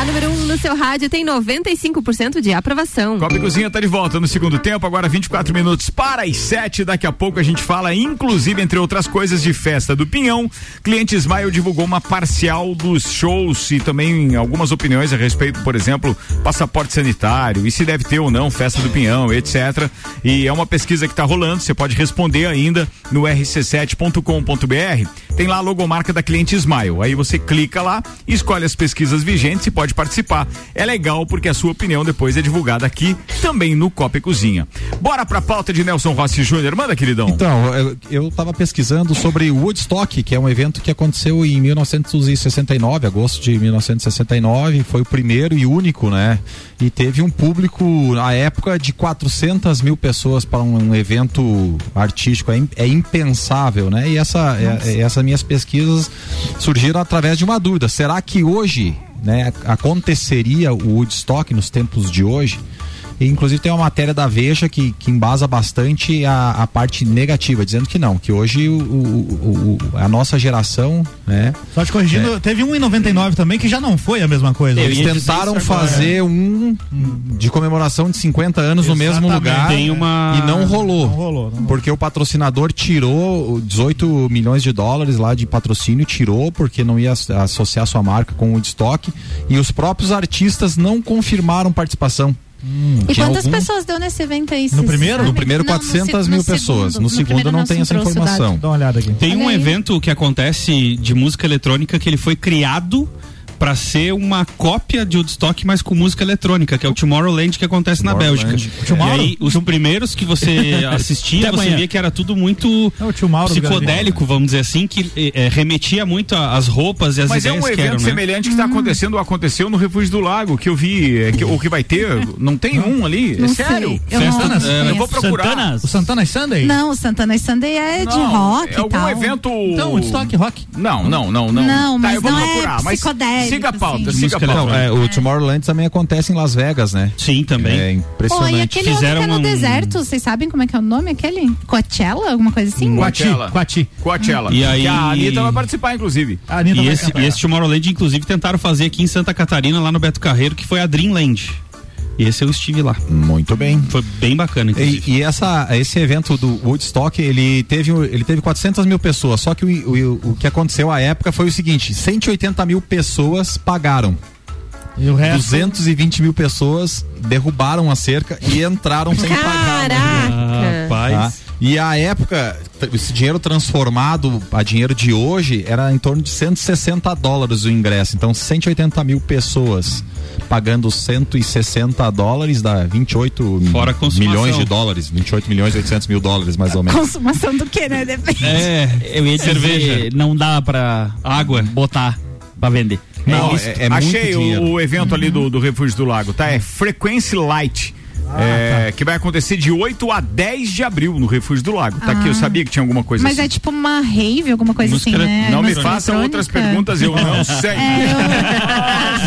[SPEAKER 9] A número 1 um no seu rádio tem 95% de aprovação.
[SPEAKER 2] Copa e Cozinha tá de volta no segundo tempo, agora 24 minutos para as 7. Daqui a pouco a gente fala, inclusive, entre outras coisas, de festa do Pinhão. Cliente Smile divulgou uma parcial dos shows e também algumas opiniões a respeito, por exemplo, passaporte sanitário e se deve ter ou não festa do Pinhão, etc. E é uma pesquisa que tá rolando, você pode responder ainda no rc7.com.br. Tem lá a logomarca da Cliente Smile. Aí você clica lá, escolhe as pesquisas vigentes e pode participar. É legal porque a sua opinião depois é divulgada aqui também no Copa e Cozinha. Bora pra pauta de Nelson Rossi Júnior. Manda, queridão.
[SPEAKER 6] Então, eu, eu tava pesquisando sobre Woodstock, que é um evento que aconteceu em 1969, agosto de 1969, foi o primeiro e único, né? E teve um público, na época, de 400 mil pessoas para um evento artístico. É, im- é impensável, né? E essa, é- é- essas minhas pesquisas surgiram através de uma dúvida. Será que hoje né, aconteceria o Woodstock nos tempos de hoje. E, inclusive tem uma matéria da Veja que, que embasa bastante a, a parte negativa, dizendo que não, que hoje o, o- o- o- a nossa geração, né?
[SPEAKER 8] Só te corrigindo,
[SPEAKER 2] É.
[SPEAKER 8] né? teve um em 99 também que já não foi a mesma coisa.
[SPEAKER 6] Eles tentaram fazer um de comemoração de 50 anos no mesmo
[SPEAKER 8] Exatamente.
[SPEAKER 6] lugar
[SPEAKER 8] Tem uma-
[SPEAKER 6] e não rolou,
[SPEAKER 8] Não rolou, não
[SPEAKER 6] porque o patrocinador tirou o 18 milhões de dólares lá de patrocínio, tirou porque não ia as- associar sua marca com o estoque e os próprios artistas não confirmaram participação.
[SPEAKER 8] Hum.
[SPEAKER 5] E
[SPEAKER 6] Tinha
[SPEAKER 5] quantas
[SPEAKER 6] algum-
[SPEAKER 5] pessoas deu nesse evento aí?
[SPEAKER 6] No
[SPEAKER 5] vocês
[SPEAKER 6] primeiro?
[SPEAKER 5] sabem?
[SPEAKER 6] No primeiro,
[SPEAKER 5] Não,
[SPEAKER 6] 400
[SPEAKER 5] se-
[SPEAKER 6] mil
[SPEAKER 5] no
[SPEAKER 6] pessoas.
[SPEAKER 5] segundo.
[SPEAKER 6] No segundo
[SPEAKER 5] primeiro
[SPEAKER 6] não tem essa
[SPEAKER 5] trouxe o dado.
[SPEAKER 6] informação.
[SPEAKER 2] Então,
[SPEAKER 8] Dá uma olhada aqui.
[SPEAKER 7] Tem um evento que acontece de música eletrônica que ele foi criado pra ser uma cópia de Woodstock, mas com música eletrônica, que é o Tomorrowland que acontece na Bélgica.
[SPEAKER 8] Tomorrow?
[SPEAKER 7] E aí, os primeiros que você assistia,
[SPEAKER 8] Até
[SPEAKER 7] você
[SPEAKER 8] amanhã.
[SPEAKER 7] via que era tudo muito
[SPEAKER 3] É
[SPEAKER 8] Mauro
[SPEAKER 7] psicodélico, vamos dizer assim, que eh, eh, remetia muito a- às roupas e às
[SPEAKER 2] Mas é
[SPEAKER 7] ideias
[SPEAKER 2] um
[SPEAKER 7] que
[SPEAKER 2] evento
[SPEAKER 7] eram, né?
[SPEAKER 2] semelhante que
[SPEAKER 5] Hum.
[SPEAKER 2] está acontecendo, ou aconteceu no Refúgio do Lago, que eu vi, é, que, ou que vai ter, não tem um ali, é
[SPEAKER 5] Não
[SPEAKER 2] sério.
[SPEAKER 5] sei, eu não- Festa- não
[SPEAKER 2] eu
[SPEAKER 5] conheço.
[SPEAKER 2] vou procurar.
[SPEAKER 8] O Santana Sunday?
[SPEAKER 5] Não, o Santana e Sunday é de
[SPEAKER 2] é Não,
[SPEAKER 5] rock
[SPEAKER 2] é
[SPEAKER 5] e
[SPEAKER 2] algum
[SPEAKER 5] tal.
[SPEAKER 2] evento.
[SPEAKER 5] Então,
[SPEAKER 2] Woodstock
[SPEAKER 8] rock?
[SPEAKER 2] Não, não, não, não.
[SPEAKER 5] Não,
[SPEAKER 2] Tá,
[SPEAKER 5] mas
[SPEAKER 2] eu vou
[SPEAKER 5] não é
[SPEAKER 2] procurar, mas
[SPEAKER 5] psicodélico,
[SPEAKER 2] siga a pauta, siga a
[SPEAKER 6] Música
[SPEAKER 2] pauta.
[SPEAKER 6] Não, é, o Tomorrowland também acontece em Las Vegas, né?
[SPEAKER 7] Sim, também.
[SPEAKER 6] É impressionante.
[SPEAKER 5] Pô, e aquele outro
[SPEAKER 2] um
[SPEAKER 5] que é no deserto, vocês sabem como é que é o nome? Aquele? Coachella? Alguma coisa assim?
[SPEAKER 6] Hum.
[SPEAKER 2] Coachella.
[SPEAKER 7] Quati.
[SPEAKER 2] Coachella.
[SPEAKER 7] E aí-
[SPEAKER 2] Que a Anitta vai participar, inclusive.
[SPEAKER 7] e, esse, e esse Tomorrowland, inclusive, tentaram fazer aqui em Santa Catarina, lá no Beto Carreiro, que foi a Dreamland. E esse eu estive lá.
[SPEAKER 6] Muito bem.
[SPEAKER 7] Foi bem bacana,
[SPEAKER 6] E, e essa, esse evento do Woodstock, ele teve, um- ele teve 400 mil pessoas, só que o, o, o que aconteceu à época foi o seguinte, 180 mil pessoas pagaram.
[SPEAKER 8] E o resto?
[SPEAKER 6] 220 mil pessoas derrubaram a cerca e entraram sem pagar.
[SPEAKER 7] Rapaz.
[SPEAKER 6] Tá? E a época, t- esse dinheiro transformado a dinheiro de hoje era em torno de 160 dólares o ingresso. Então, 180 mil pessoas pagando 160 dólares, dá 28
[SPEAKER 7] Fora a consumação.
[SPEAKER 6] milhões de dólares, 28 milhões e 800 mil dólares, mais ou menos.
[SPEAKER 5] Consumação do que, né? Depende.
[SPEAKER 3] É, eu ia dizer,
[SPEAKER 6] Cerveja.
[SPEAKER 3] não dá pra água botar pra vender.
[SPEAKER 2] Não,
[SPEAKER 3] isso.
[SPEAKER 2] é- é achei o, o evento ali do, do Refúgio do Lago, tá? É Frequency Light. é, Que vai acontecer de 8 a 10 de abril no Refúgio do Lago. Tá
[SPEAKER 5] Ah.
[SPEAKER 2] aqui, eu sabia que tinha alguma coisa
[SPEAKER 5] Mas
[SPEAKER 2] assim.
[SPEAKER 5] é tipo uma rave, alguma coisa assim, né?
[SPEAKER 2] não me
[SPEAKER 5] Música
[SPEAKER 2] façam outras
[SPEAKER 5] eletrônica. É.
[SPEAKER 2] perguntas, eu não sei.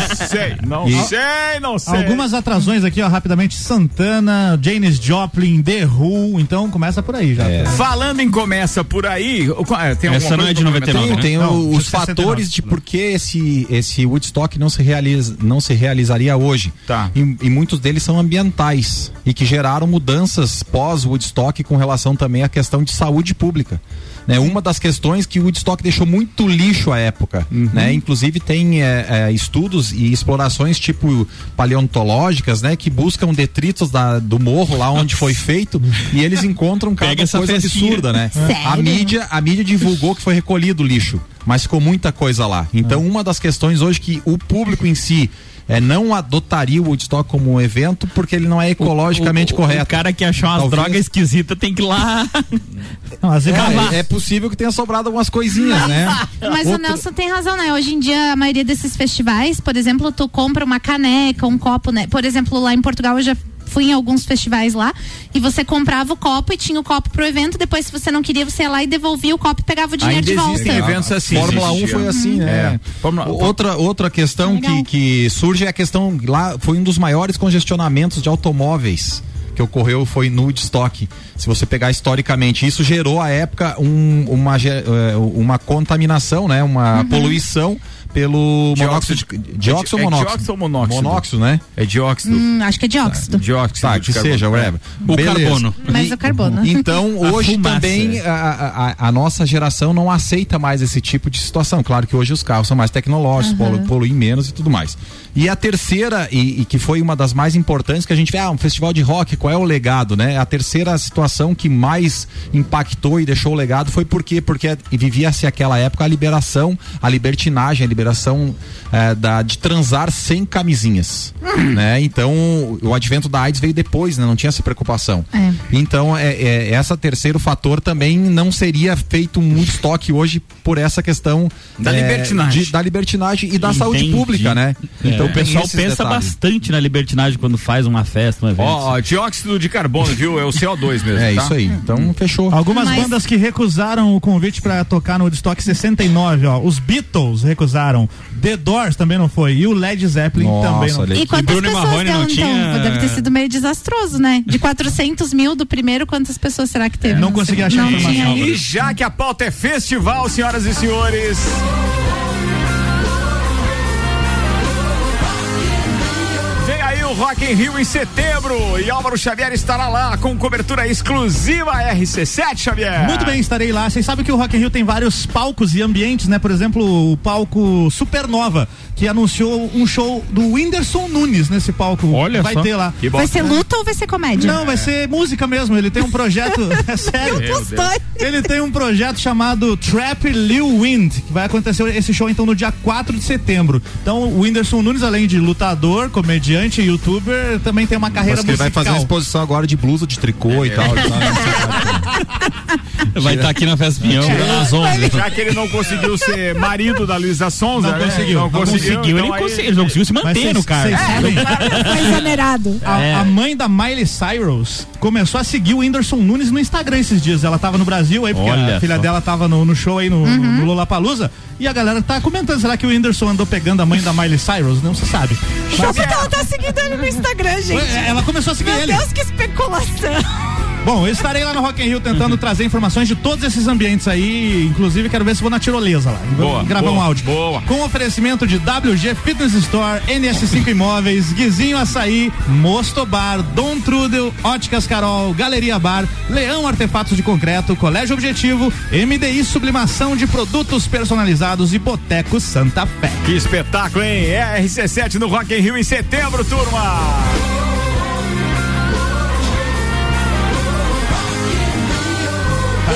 [SPEAKER 2] Não sei, não
[SPEAKER 8] E-
[SPEAKER 2] sei, não sei.
[SPEAKER 8] Algumas atrações aqui, ó, rapidamente. Santana, Janis Joplin, The Who. Então começa por aí já.
[SPEAKER 2] É. Falando em começa por aí, o- ah, tem alguma
[SPEAKER 8] Essa não
[SPEAKER 2] coisa
[SPEAKER 8] é de
[SPEAKER 2] pra
[SPEAKER 8] 99,
[SPEAKER 2] comentar?
[SPEAKER 8] né?
[SPEAKER 6] Tem o- os fatores de por que esse, esse Woodstock não se, realiza, não se realizaria hoje.
[SPEAKER 8] Tá.
[SPEAKER 6] E, e muitos deles são ambientais e que geraram mudanças pós-Woodstock com relação também à questão de saúde pública. Né, uma das questões que o Woodstock deixou muito lixo à época.
[SPEAKER 8] Uhum.
[SPEAKER 6] Né? Inclusive tem é, é, estudos e explorações tipo paleontológicas né, que buscam detritos da- do morro lá onde foi feito e eles encontram cada
[SPEAKER 7] Pega essa
[SPEAKER 6] coisa
[SPEAKER 7] festinha.
[SPEAKER 6] absurda. Né?
[SPEAKER 7] Sério?
[SPEAKER 6] A mídia, a mídia divulgou que foi recolhido o lixo, mas ficou muita coisa lá.
[SPEAKER 3] É.
[SPEAKER 6] Então, uma das questões hoje que o público em si é, não adotaria o Woodstock como um evento porque ele não é ecologicamente
[SPEAKER 3] o- o
[SPEAKER 6] correto.
[SPEAKER 3] cara que achou umas drogas esquisitas tem que ir lá.
[SPEAKER 6] é, é possível que tenha sobrado algumas coisinhas, né?
[SPEAKER 5] Mas o
[SPEAKER 6] Outra-
[SPEAKER 5] Nelson tem razão, né? Hoje em dia, a maioria desses festivais, por exemplo, tu compra uma caneca, um copo, né? Por exemplo, lá em Portugal eu já fui em alguns festivais lá e você comprava o copo e tinha o copo pro evento, depois se você não queria, você ia lá e devolvia o copo e pegava o dinheiro
[SPEAKER 2] Ainda
[SPEAKER 5] de volta.
[SPEAKER 2] existem eventos assim.
[SPEAKER 6] Ah, Fórmula 1
[SPEAKER 2] existe,
[SPEAKER 6] foi
[SPEAKER 2] é.
[SPEAKER 6] assim, né?
[SPEAKER 2] É. Fórmula-
[SPEAKER 6] O- Outra, outra questão que, que surge é a questão lá foi um dos maiores congestionamentos de automóveis que ocorreu foi no Woodstock. Se você pegar historicamente, isso gerou à época um- uma, ge- eh, uma contaminação, né? Uma poluição pelo monóxido de, dióxido
[SPEAKER 2] é
[SPEAKER 6] ou monóxido?
[SPEAKER 2] dióxido ou monóxido?
[SPEAKER 6] Monóxido, né?
[SPEAKER 2] É dióxido.
[SPEAKER 5] Hum, acho que é dióxido.
[SPEAKER 2] Dióxido.
[SPEAKER 6] Tá,
[SPEAKER 2] de
[SPEAKER 6] que
[SPEAKER 2] carbono.
[SPEAKER 6] seja, whatever.
[SPEAKER 2] O
[SPEAKER 6] Beleza.
[SPEAKER 2] carbono.
[SPEAKER 5] Mas o carbono.
[SPEAKER 6] Então, hoje também eh, a, a- a- a nossa geração não aceita mais esse tipo de situação. Claro que hoje os carros são mais tecnológicos, polu- poluem menos e tudo mais. E a terceira, e, e que foi uma das mais importantes, que a gente vê, ah, um festival de rock, qual é o legado, né? A terceira situação que mais impactou e deixou o legado foi por quê? Porque vivia-se aquela época a liberação, a libertinagem, a liberação eh, da, de transar sem camisinhas. né? Então, o advento da AIDS veio depois, né? Não tinha essa preocupação.
[SPEAKER 5] É.
[SPEAKER 6] Então, é, é, essa terceiro fator também não seria feito um estoque hoje por essa questão
[SPEAKER 2] Da
[SPEAKER 6] é,
[SPEAKER 2] libertinagem.
[SPEAKER 6] de- da libertinagem e da saúde
[SPEAKER 3] Entendi.
[SPEAKER 6] pública, né?
[SPEAKER 3] Então o
[SPEAKER 6] tem
[SPEAKER 3] pessoal
[SPEAKER 6] esses
[SPEAKER 3] pensa
[SPEAKER 6] detalhes.
[SPEAKER 3] bastante na libertinagem quando faz uma festa, um evento.
[SPEAKER 2] Ó, ó, dióxido de carbono, viu? É o CO2 mesmo.
[SPEAKER 6] É
[SPEAKER 2] tá?
[SPEAKER 6] isso aí. Então, fechou.
[SPEAKER 8] Algumas
[SPEAKER 6] Mas-
[SPEAKER 8] bandas que recusaram o convite pra tocar no Woodstock 69, ó. Os Beatles recusaram. The Doors também não foi. E o Led Zeppelin também não foi.
[SPEAKER 5] E quantas pessoas deu, então? Deve ter sido meio desastroso, né? De 400 mil do primeiro, quantas pessoas será que teve?
[SPEAKER 8] Não consegui achar
[SPEAKER 5] não
[SPEAKER 8] informação.
[SPEAKER 5] tinha
[SPEAKER 2] E já que a pauta é festival, senhoras e senhores. Vem aí o Rock in Rio em setembro e Álvaro Xavier estará lá com cobertura exclusiva RC7,
[SPEAKER 5] É.
[SPEAKER 2] Xavier.
[SPEAKER 8] Muito bem, estarei lá. Vocês sabem que o Rock in Rio tem vários palcos e ambientes, né? Por exemplo, o palco Supernova, que anunciou um show do Whindersson Nunes nesse palco. Olha Vai
[SPEAKER 5] só.
[SPEAKER 8] ter lá.
[SPEAKER 5] Que Vai bosta. ser luta ou vai ser comédia?
[SPEAKER 8] Não, vai ser música mesmo. Ele tem um projeto, é sério.
[SPEAKER 5] Meu Deus.
[SPEAKER 8] Ele tem um projeto chamado Trap Lil Wind, que vai acontecer esse show então no dia 4 de setembro. Então, o Whindersson Nunes, além de lutador, comediante, youtuber, também tem uma carreira
[SPEAKER 5] um
[SPEAKER 6] Mas que ele vai
[SPEAKER 8] musical.
[SPEAKER 6] fazer uma exposição agora de blusa, de tricô e tal. e tal.
[SPEAKER 7] Vai estar aqui na Festa Pinhão às 11.
[SPEAKER 2] Já que ele não conseguiu ser marido da Luísa Sonza,
[SPEAKER 7] Não
[SPEAKER 2] né?
[SPEAKER 7] conseguiu,
[SPEAKER 2] Não
[SPEAKER 7] não
[SPEAKER 2] conseguiu. então
[SPEAKER 7] conseguiu, ele
[SPEAKER 2] aí-
[SPEAKER 7] conseguiu, ele não conseguiu se manter
[SPEAKER 8] Mas
[SPEAKER 7] no cargo.
[SPEAKER 8] Vocês sabem?
[SPEAKER 4] Tá
[SPEAKER 8] A,
[SPEAKER 7] É.
[SPEAKER 8] a mãe da Miley Cyrus começou a seguir o Whindersson Nunes no Instagram esses dias. Ela tava no Brasil aí, porque
[SPEAKER 7] Olha
[SPEAKER 8] a filha
[SPEAKER 7] só.
[SPEAKER 8] dela tava no, no show aí no,
[SPEAKER 4] Uhum.
[SPEAKER 8] no Lollapalooza. E a galera tá comentando, será que o Whindersson andou pegando a mãe da Miley Cyrus? Não se sabe.
[SPEAKER 4] Só porque ela tá seguindo ele no Instagram, gente.
[SPEAKER 8] Ué, é, ela começou a seguir
[SPEAKER 4] Meu
[SPEAKER 8] ele.
[SPEAKER 4] Deus, que especulação.
[SPEAKER 8] Bom, eu estarei lá no Rock in Rio tentando trazer informações de todos esses ambientes aí. Inclusive, quero ver se vou na tirolesa lá. Vou
[SPEAKER 2] Boa,
[SPEAKER 8] gravar
[SPEAKER 2] boa,
[SPEAKER 8] um áudio. Boa. Com oferecimento de WG Fitness Store, NS5 Imóveis, Guizinho Açaí, Mosto Bar, Dom Trudel, Óticas Carol, Galeria Bar, Leão Artefatos de Concreto, Colégio Objetivo, MDI Sublimação de Produtos Personalizados e Boteco Santa Fé.
[SPEAKER 2] Que espetáculo, hein? É RC7 no Rock in Rio em setembro, turma!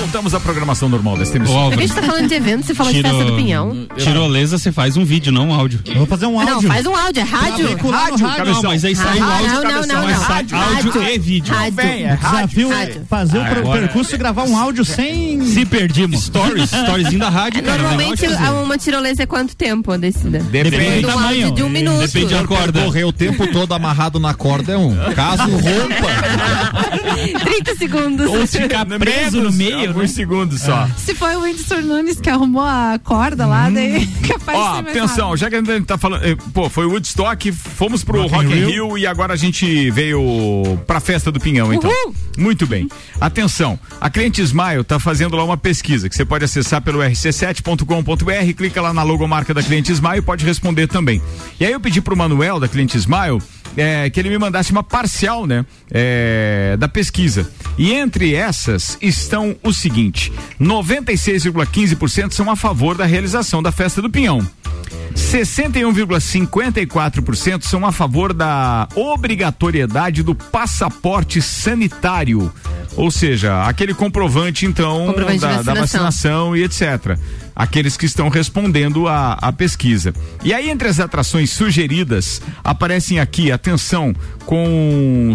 [SPEAKER 2] Voltamos à programação normal desse
[SPEAKER 7] Ô,
[SPEAKER 2] tempo.
[SPEAKER 9] A
[SPEAKER 7] Álvaro.
[SPEAKER 9] gente tá falando de evento, você falou de festa do Pinhão.
[SPEAKER 7] Tirolesa, você faz um vídeo, não um áudio. Eu
[SPEAKER 8] vou fazer um
[SPEAKER 9] Não, faz um áudio, é rádio.
[SPEAKER 7] Rádio, Não, mas aí sai o
[SPEAKER 9] Ah,
[SPEAKER 7] áudio.
[SPEAKER 9] Não, não,
[SPEAKER 7] cabeção,
[SPEAKER 9] não.
[SPEAKER 7] mas
[SPEAKER 9] não.
[SPEAKER 7] sai um áudio É, e vídeo.
[SPEAKER 9] Rádio.
[SPEAKER 8] Desafio é fazer o
[SPEAKER 7] Ah,
[SPEAKER 8] pro-
[SPEAKER 7] agora-
[SPEAKER 8] percurso e gravar um áudio sem. Se
[SPEAKER 7] perdimos. Stories, storyzinho da rádio, cara.
[SPEAKER 9] Normalmente
[SPEAKER 7] Não,
[SPEAKER 9] a- uma tirolesa é quanto tempo, Adecida?
[SPEAKER 7] Depende
[SPEAKER 9] do
[SPEAKER 7] do
[SPEAKER 9] áudio
[SPEAKER 7] tamanho.
[SPEAKER 9] de um minuto.
[SPEAKER 6] É, Depende da corda. Correr o tempo todo amarrado na corda é um. Caso rompa.
[SPEAKER 9] 30 segundos.
[SPEAKER 2] preso no
[SPEAKER 6] é,
[SPEAKER 2] meio. Alguns segundos só.
[SPEAKER 5] Se foi o Whindersson Nunes que arrumou a corda
[SPEAKER 3] Hum,
[SPEAKER 5] lá, daí
[SPEAKER 2] Ó,
[SPEAKER 5] capaz de ser mais rápido.
[SPEAKER 2] atenção, já que a gente tá falando. eh, Pô, foi o Woodstock, fomos pro Rock, in Rio. e agora a gente veio pra festa do Pinhão, então. Muito bem. Atenção, a cliente Smile tá fazendo lá uma pesquisa que você pode acessar pelo rc7.com.br, clica lá na logomarca da cliente Smile e pode responder também. E aí eu pedi pro Manuel, da cliente Smile, eh, que ele me mandasse uma parcial, né? eh, da pesquisa. E entre essas estão o seguinte: 96,15% são a favor da realização da festa do Pinhão. 61,54% são a favor da obrigatoriedade do passaporte sanitário, ou seja, aquele comprovante então
[SPEAKER 4] Comprovante de
[SPEAKER 2] da, da
[SPEAKER 4] vacinação.
[SPEAKER 2] vacinação e etc. Aqueles que estão respondendo à à pesquisa. E aí entre as atrações sugeridas aparecem aqui, atenção, com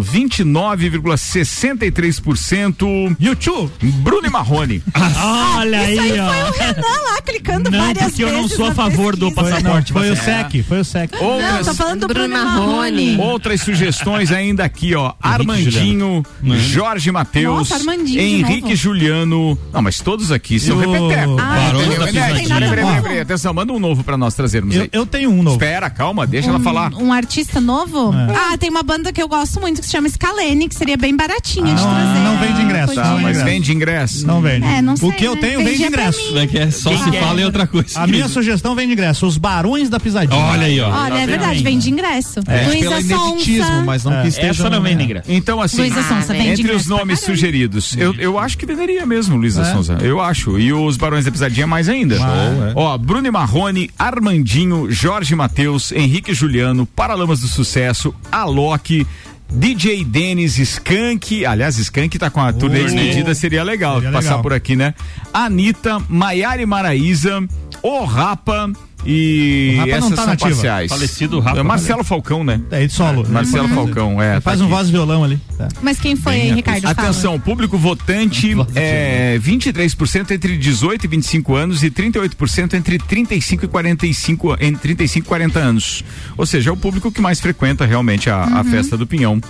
[SPEAKER 2] 29,63%
[SPEAKER 8] YouTube
[SPEAKER 2] Bruno e Marrone.
[SPEAKER 3] Olha
[SPEAKER 4] Isso aí,
[SPEAKER 3] aí, ó.
[SPEAKER 4] foi o Renan lá clicando
[SPEAKER 3] Não,
[SPEAKER 4] várias
[SPEAKER 3] porque eu não
[SPEAKER 4] vezes
[SPEAKER 3] sou a
[SPEAKER 4] na
[SPEAKER 3] favor do
[SPEAKER 4] pesquisa.
[SPEAKER 3] passaporte.
[SPEAKER 8] Foi o
[SPEAKER 3] vacina.
[SPEAKER 8] SEC, foi o SEC.
[SPEAKER 2] Outras-
[SPEAKER 4] Não, tô falando do Bruno, Marrone.
[SPEAKER 2] Outras sugestões ainda aqui, ó. Armandinho, Jorge Matheus,
[SPEAKER 4] Nossa, Armandinho de
[SPEAKER 2] Henrique
[SPEAKER 4] novo.
[SPEAKER 2] Juliano. Não, mas todos aqui são repetecos.
[SPEAKER 4] Ah,
[SPEAKER 8] é
[SPEAKER 4] Barão
[SPEAKER 2] Entendeu?
[SPEAKER 4] da
[SPEAKER 2] Peraí,
[SPEAKER 4] Pisadinha.
[SPEAKER 2] peraí, peraí,
[SPEAKER 5] Nada
[SPEAKER 2] peraí, Atenção, manda um novo pra nós trazermos aí.
[SPEAKER 8] Eu tenho um novo.
[SPEAKER 2] Espera, calma, deixa ela
[SPEAKER 5] um,
[SPEAKER 2] falar.
[SPEAKER 5] Um artista novo?
[SPEAKER 3] É.
[SPEAKER 5] Ah, tem uma banda que eu gosto muito que se chama Scalene, que seria bem baratinha
[SPEAKER 3] Ah,
[SPEAKER 5] de trazer.
[SPEAKER 8] Não vende ingresso.
[SPEAKER 2] Tá, mas vende ingresso.
[SPEAKER 8] Não vende.
[SPEAKER 5] um É, não
[SPEAKER 8] o
[SPEAKER 5] sei,
[SPEAKER 8] que eu
[SPEAKER 5] né?
[SPEAKER 8] tenho vende
[SPEAKER 5] Vendia pra
[SPEAKER 8] ingresso.
[SPEAKER 7] mim. Como é que é? Só Quem se quer? fala em outra coisa.
[SPEAKER 8] A minha sugestão vende ingresso. Os Barões da Pisadinha.
[SPEAKER 7] Olha aí, ó.
[SPEAKER 5] Olha, é verdade, vende ingresso.
[SPEAKER 8] É.
[SPEAKER 5] Luísa
[SPEAKER 8] Pelo
[SPEAKER 5] Sonsa.
[SPEAKER 8] ineditismo, mas não que esteja Essa não é no- vende ingresso.
[SPEAKER 2] Então, assim,
[SPEAKER 5] Luísa Sonza, vende
[SPEAKER 2] entre os
[SPEAKER 5] ingresso pra
[SPEAKER 2] nomes sugeridos, eu, eu acho que venderia mesmo, Luísa
[SPEAKER 5] É?
[SPEAKER 2] Sonza. Eu acho. E os Barões da Pisadinha mais ainda.
[SPEAKER 8] Show, é.
[SPEAKER 2] Ó, Bruno e Marrone, Armandinho, Jorge Matheus, Henrique Juliano, Paralamas do Sucesso, Alok. DJ Denis, Skank, aliás, Skank tá com a turnê
[SPEAKER 7] Turnê.
[SPEAKER 2] despedida, seria legal
[SPEAKER 7] Seria
[SPEAKER 2] passar
[SPEAKER 7] legal.
[SPEAKER 2] por aqui, né? Anitta, Maiara e Maraíza, O Rapa e
[SPEAKER 8] O Rapa não
[SPEAKER 2] essas
[SPEAKER 8] tá
[SPEAKER 2] são
[SPEAKER 8] nativa.
[SPEAKER 2] parciais.
[SPEAKER 8] Falecido Rapa,
[SPEAKER 2] É Marcelo Falcão, né?
[SPEAKER 8] É, de solo.
[SPEAKER 2] Marcelo
[SPEAKER 8] Uhum.
[SPEAKER 2] Falcão, é.
[SPEAKER 8] Faz
[SPEAKER 2] tá
[SPEAKER 8] um
[SPEAKER 2] aqui.
[SPEAKER 8] voz e violão ali. Tá.
[SPEAKER 5] Mas quem foi aí, Ricardo? Fala.
[SPEAKER 2] Atenção, público votante é 23% entre 18 e 25 anos e 38% entre 35 e 45 entre 35 e 40 anos. Ou seja, é o público que mais frequenta realmente a,
[SPEAKER 5] Uhum.
[SPEAKER 2] a festa do Pinhão.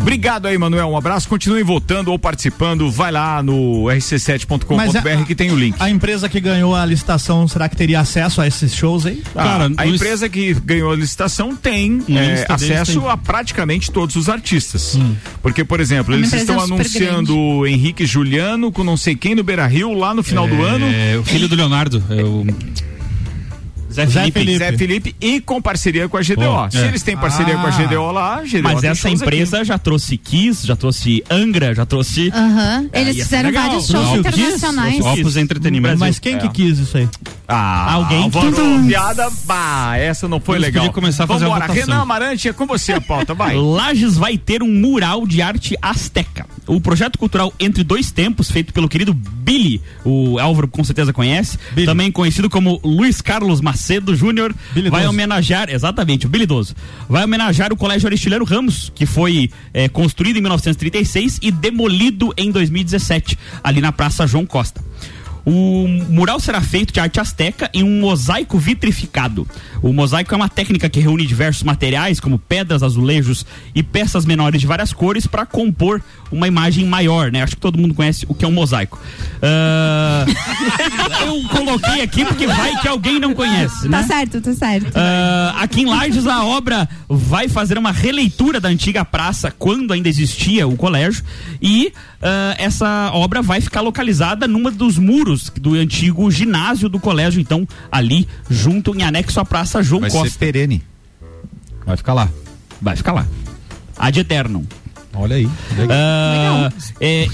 [SPEAKER 2] Obrigado aí, Manuel. Um abraço. Continuem votando ou participando. Vai lá no
[SPEAKER 8] Mas
[SPEAKER 2] rc7.com.br
[SPEAKER 8] a-
[SPEAKER 2] que tem o link.
[SPEAKER 8] A empresa que ganhou a licitação, será que teria acesso a esses shows aí?
[SPEAKER 2] Ah, a empresa que ganhou a licitação tem
[SPEAKER 8] No
[SPEAKER 2] é,
[SPEAKER 8] Insta deles
[SPEAKER 2] acesso
[SPEAKER 8] tem.
[SPEAKER 2] a praticamente todos os artistas. Porque, por exemplo,
[SPEAKER 8] É uma
[SPEAKER 2] eles
[SPEAKER 8] empresa
[SPEAKER 2] estão
[SPEAKER 8] super
[SPEAKER 2] anunciando Henrique Juliano com não sei quem no Beira Rio lá no final do ano.
[SPEAKER 7] É, o filho do Leonardo. é o- Zé Felipe.
[SPEAKER 2] Zé Felipe e com parceria com a GDO.
[SPEAKER 7] Pô,
[SPEAKER 2] Se
[SPEAKER 7] é.
[SPEAKER 2] eles têm parceria
[SPEAKER 8] Ah.
[SPEAKER 2] com a GDO lá, a GDO
[SPEAKER 3] Mas
[SPEAKER 2] tem
[SPEAKER 3] essa
[SPEAKER 2] shows aqui.
[SPEAKER 3] empresa já trouxe Kiss, já trouxe Angra, já trouxe. É,
[SPEAKER 5] Aham. Ah, Eles
[SPEAKER 3] ia ser
[SPEAKER 5] fizeram
[SPEAKER 3] legal.
[SPEAKER 5] vários shows
[SPEAKER 3] Não, o Kiss,
[SPEAKER 5] internacionais.
[SPEAKER 3] o Opus Entretenimento. É.
[SPEAKER 8] Mas quem que quis isso aí?
[SPEAKER 2] Ah,
[SPEAKER 8] Alguém
[SPEAKER 2] Alvaro,
[SPEAKER 8] Tum, tum.
[SPEAKER 2] piada, bah, essa não foi
[SPEAKER 8] Eles
[SPEAKER 2] legal.
[SPEAKER 8] podiam começar a fazer uma
[SPEAKER 2] Vambora,
[SPEAKER 3] votação.
[SPEAKER 2] Renan Amarante, é com você a pauta, vai.
[SPEAKER 3] Lages vai ter um mural de arte asteca. o projeto cultural Entre Dois Tempos, feito pelo querido Billy, o Álvaro com certeza conhece, também conhecido como Luiz Carlos Macedo Júnior, vai
[SPEAKER 7] Doso.
[SPEAKER 3] homenagear, exatamente, o Billy Doso, vai homenagear o Colégio Aristiliano Ramos, que foi eh, construído em 1936 e demolido em 2017, ali na Praça João Costa. O mural será feito de arte asteca em um mosaico vitrificado. O mosaico é uma técnica que reúne diversos materiais, como pedras, azulejos e peças menores de várias cores, para compor uma imagem maior, né? Acho que todo mundo conhece o que é um mosaico. Ah, eu coloquei aqui porque vai que alguém não conhece, né?
[SPEAKER 5] Tá certo, tá certo.
[SPEAKER 3] Ah, aqui em Lages, a obra vai fazer uma releitura da antiga praça, quando ainda existia o colégio, e ah, essa obra vai ficar localizada numa dos muros do antigo ginásio do colégio, então, ali, junto em anexo à Praça João
[SPEAKER 6] Vai ser
[SPEAKER 3] Costa.
[SPEAKER 6] perene. Vai ficar lá.
[SPEAKER 3] Vai ficar lá. Ad eternum.
[SPEAKER 6] Olha aí.
[SPEAKER 3] Ah, é,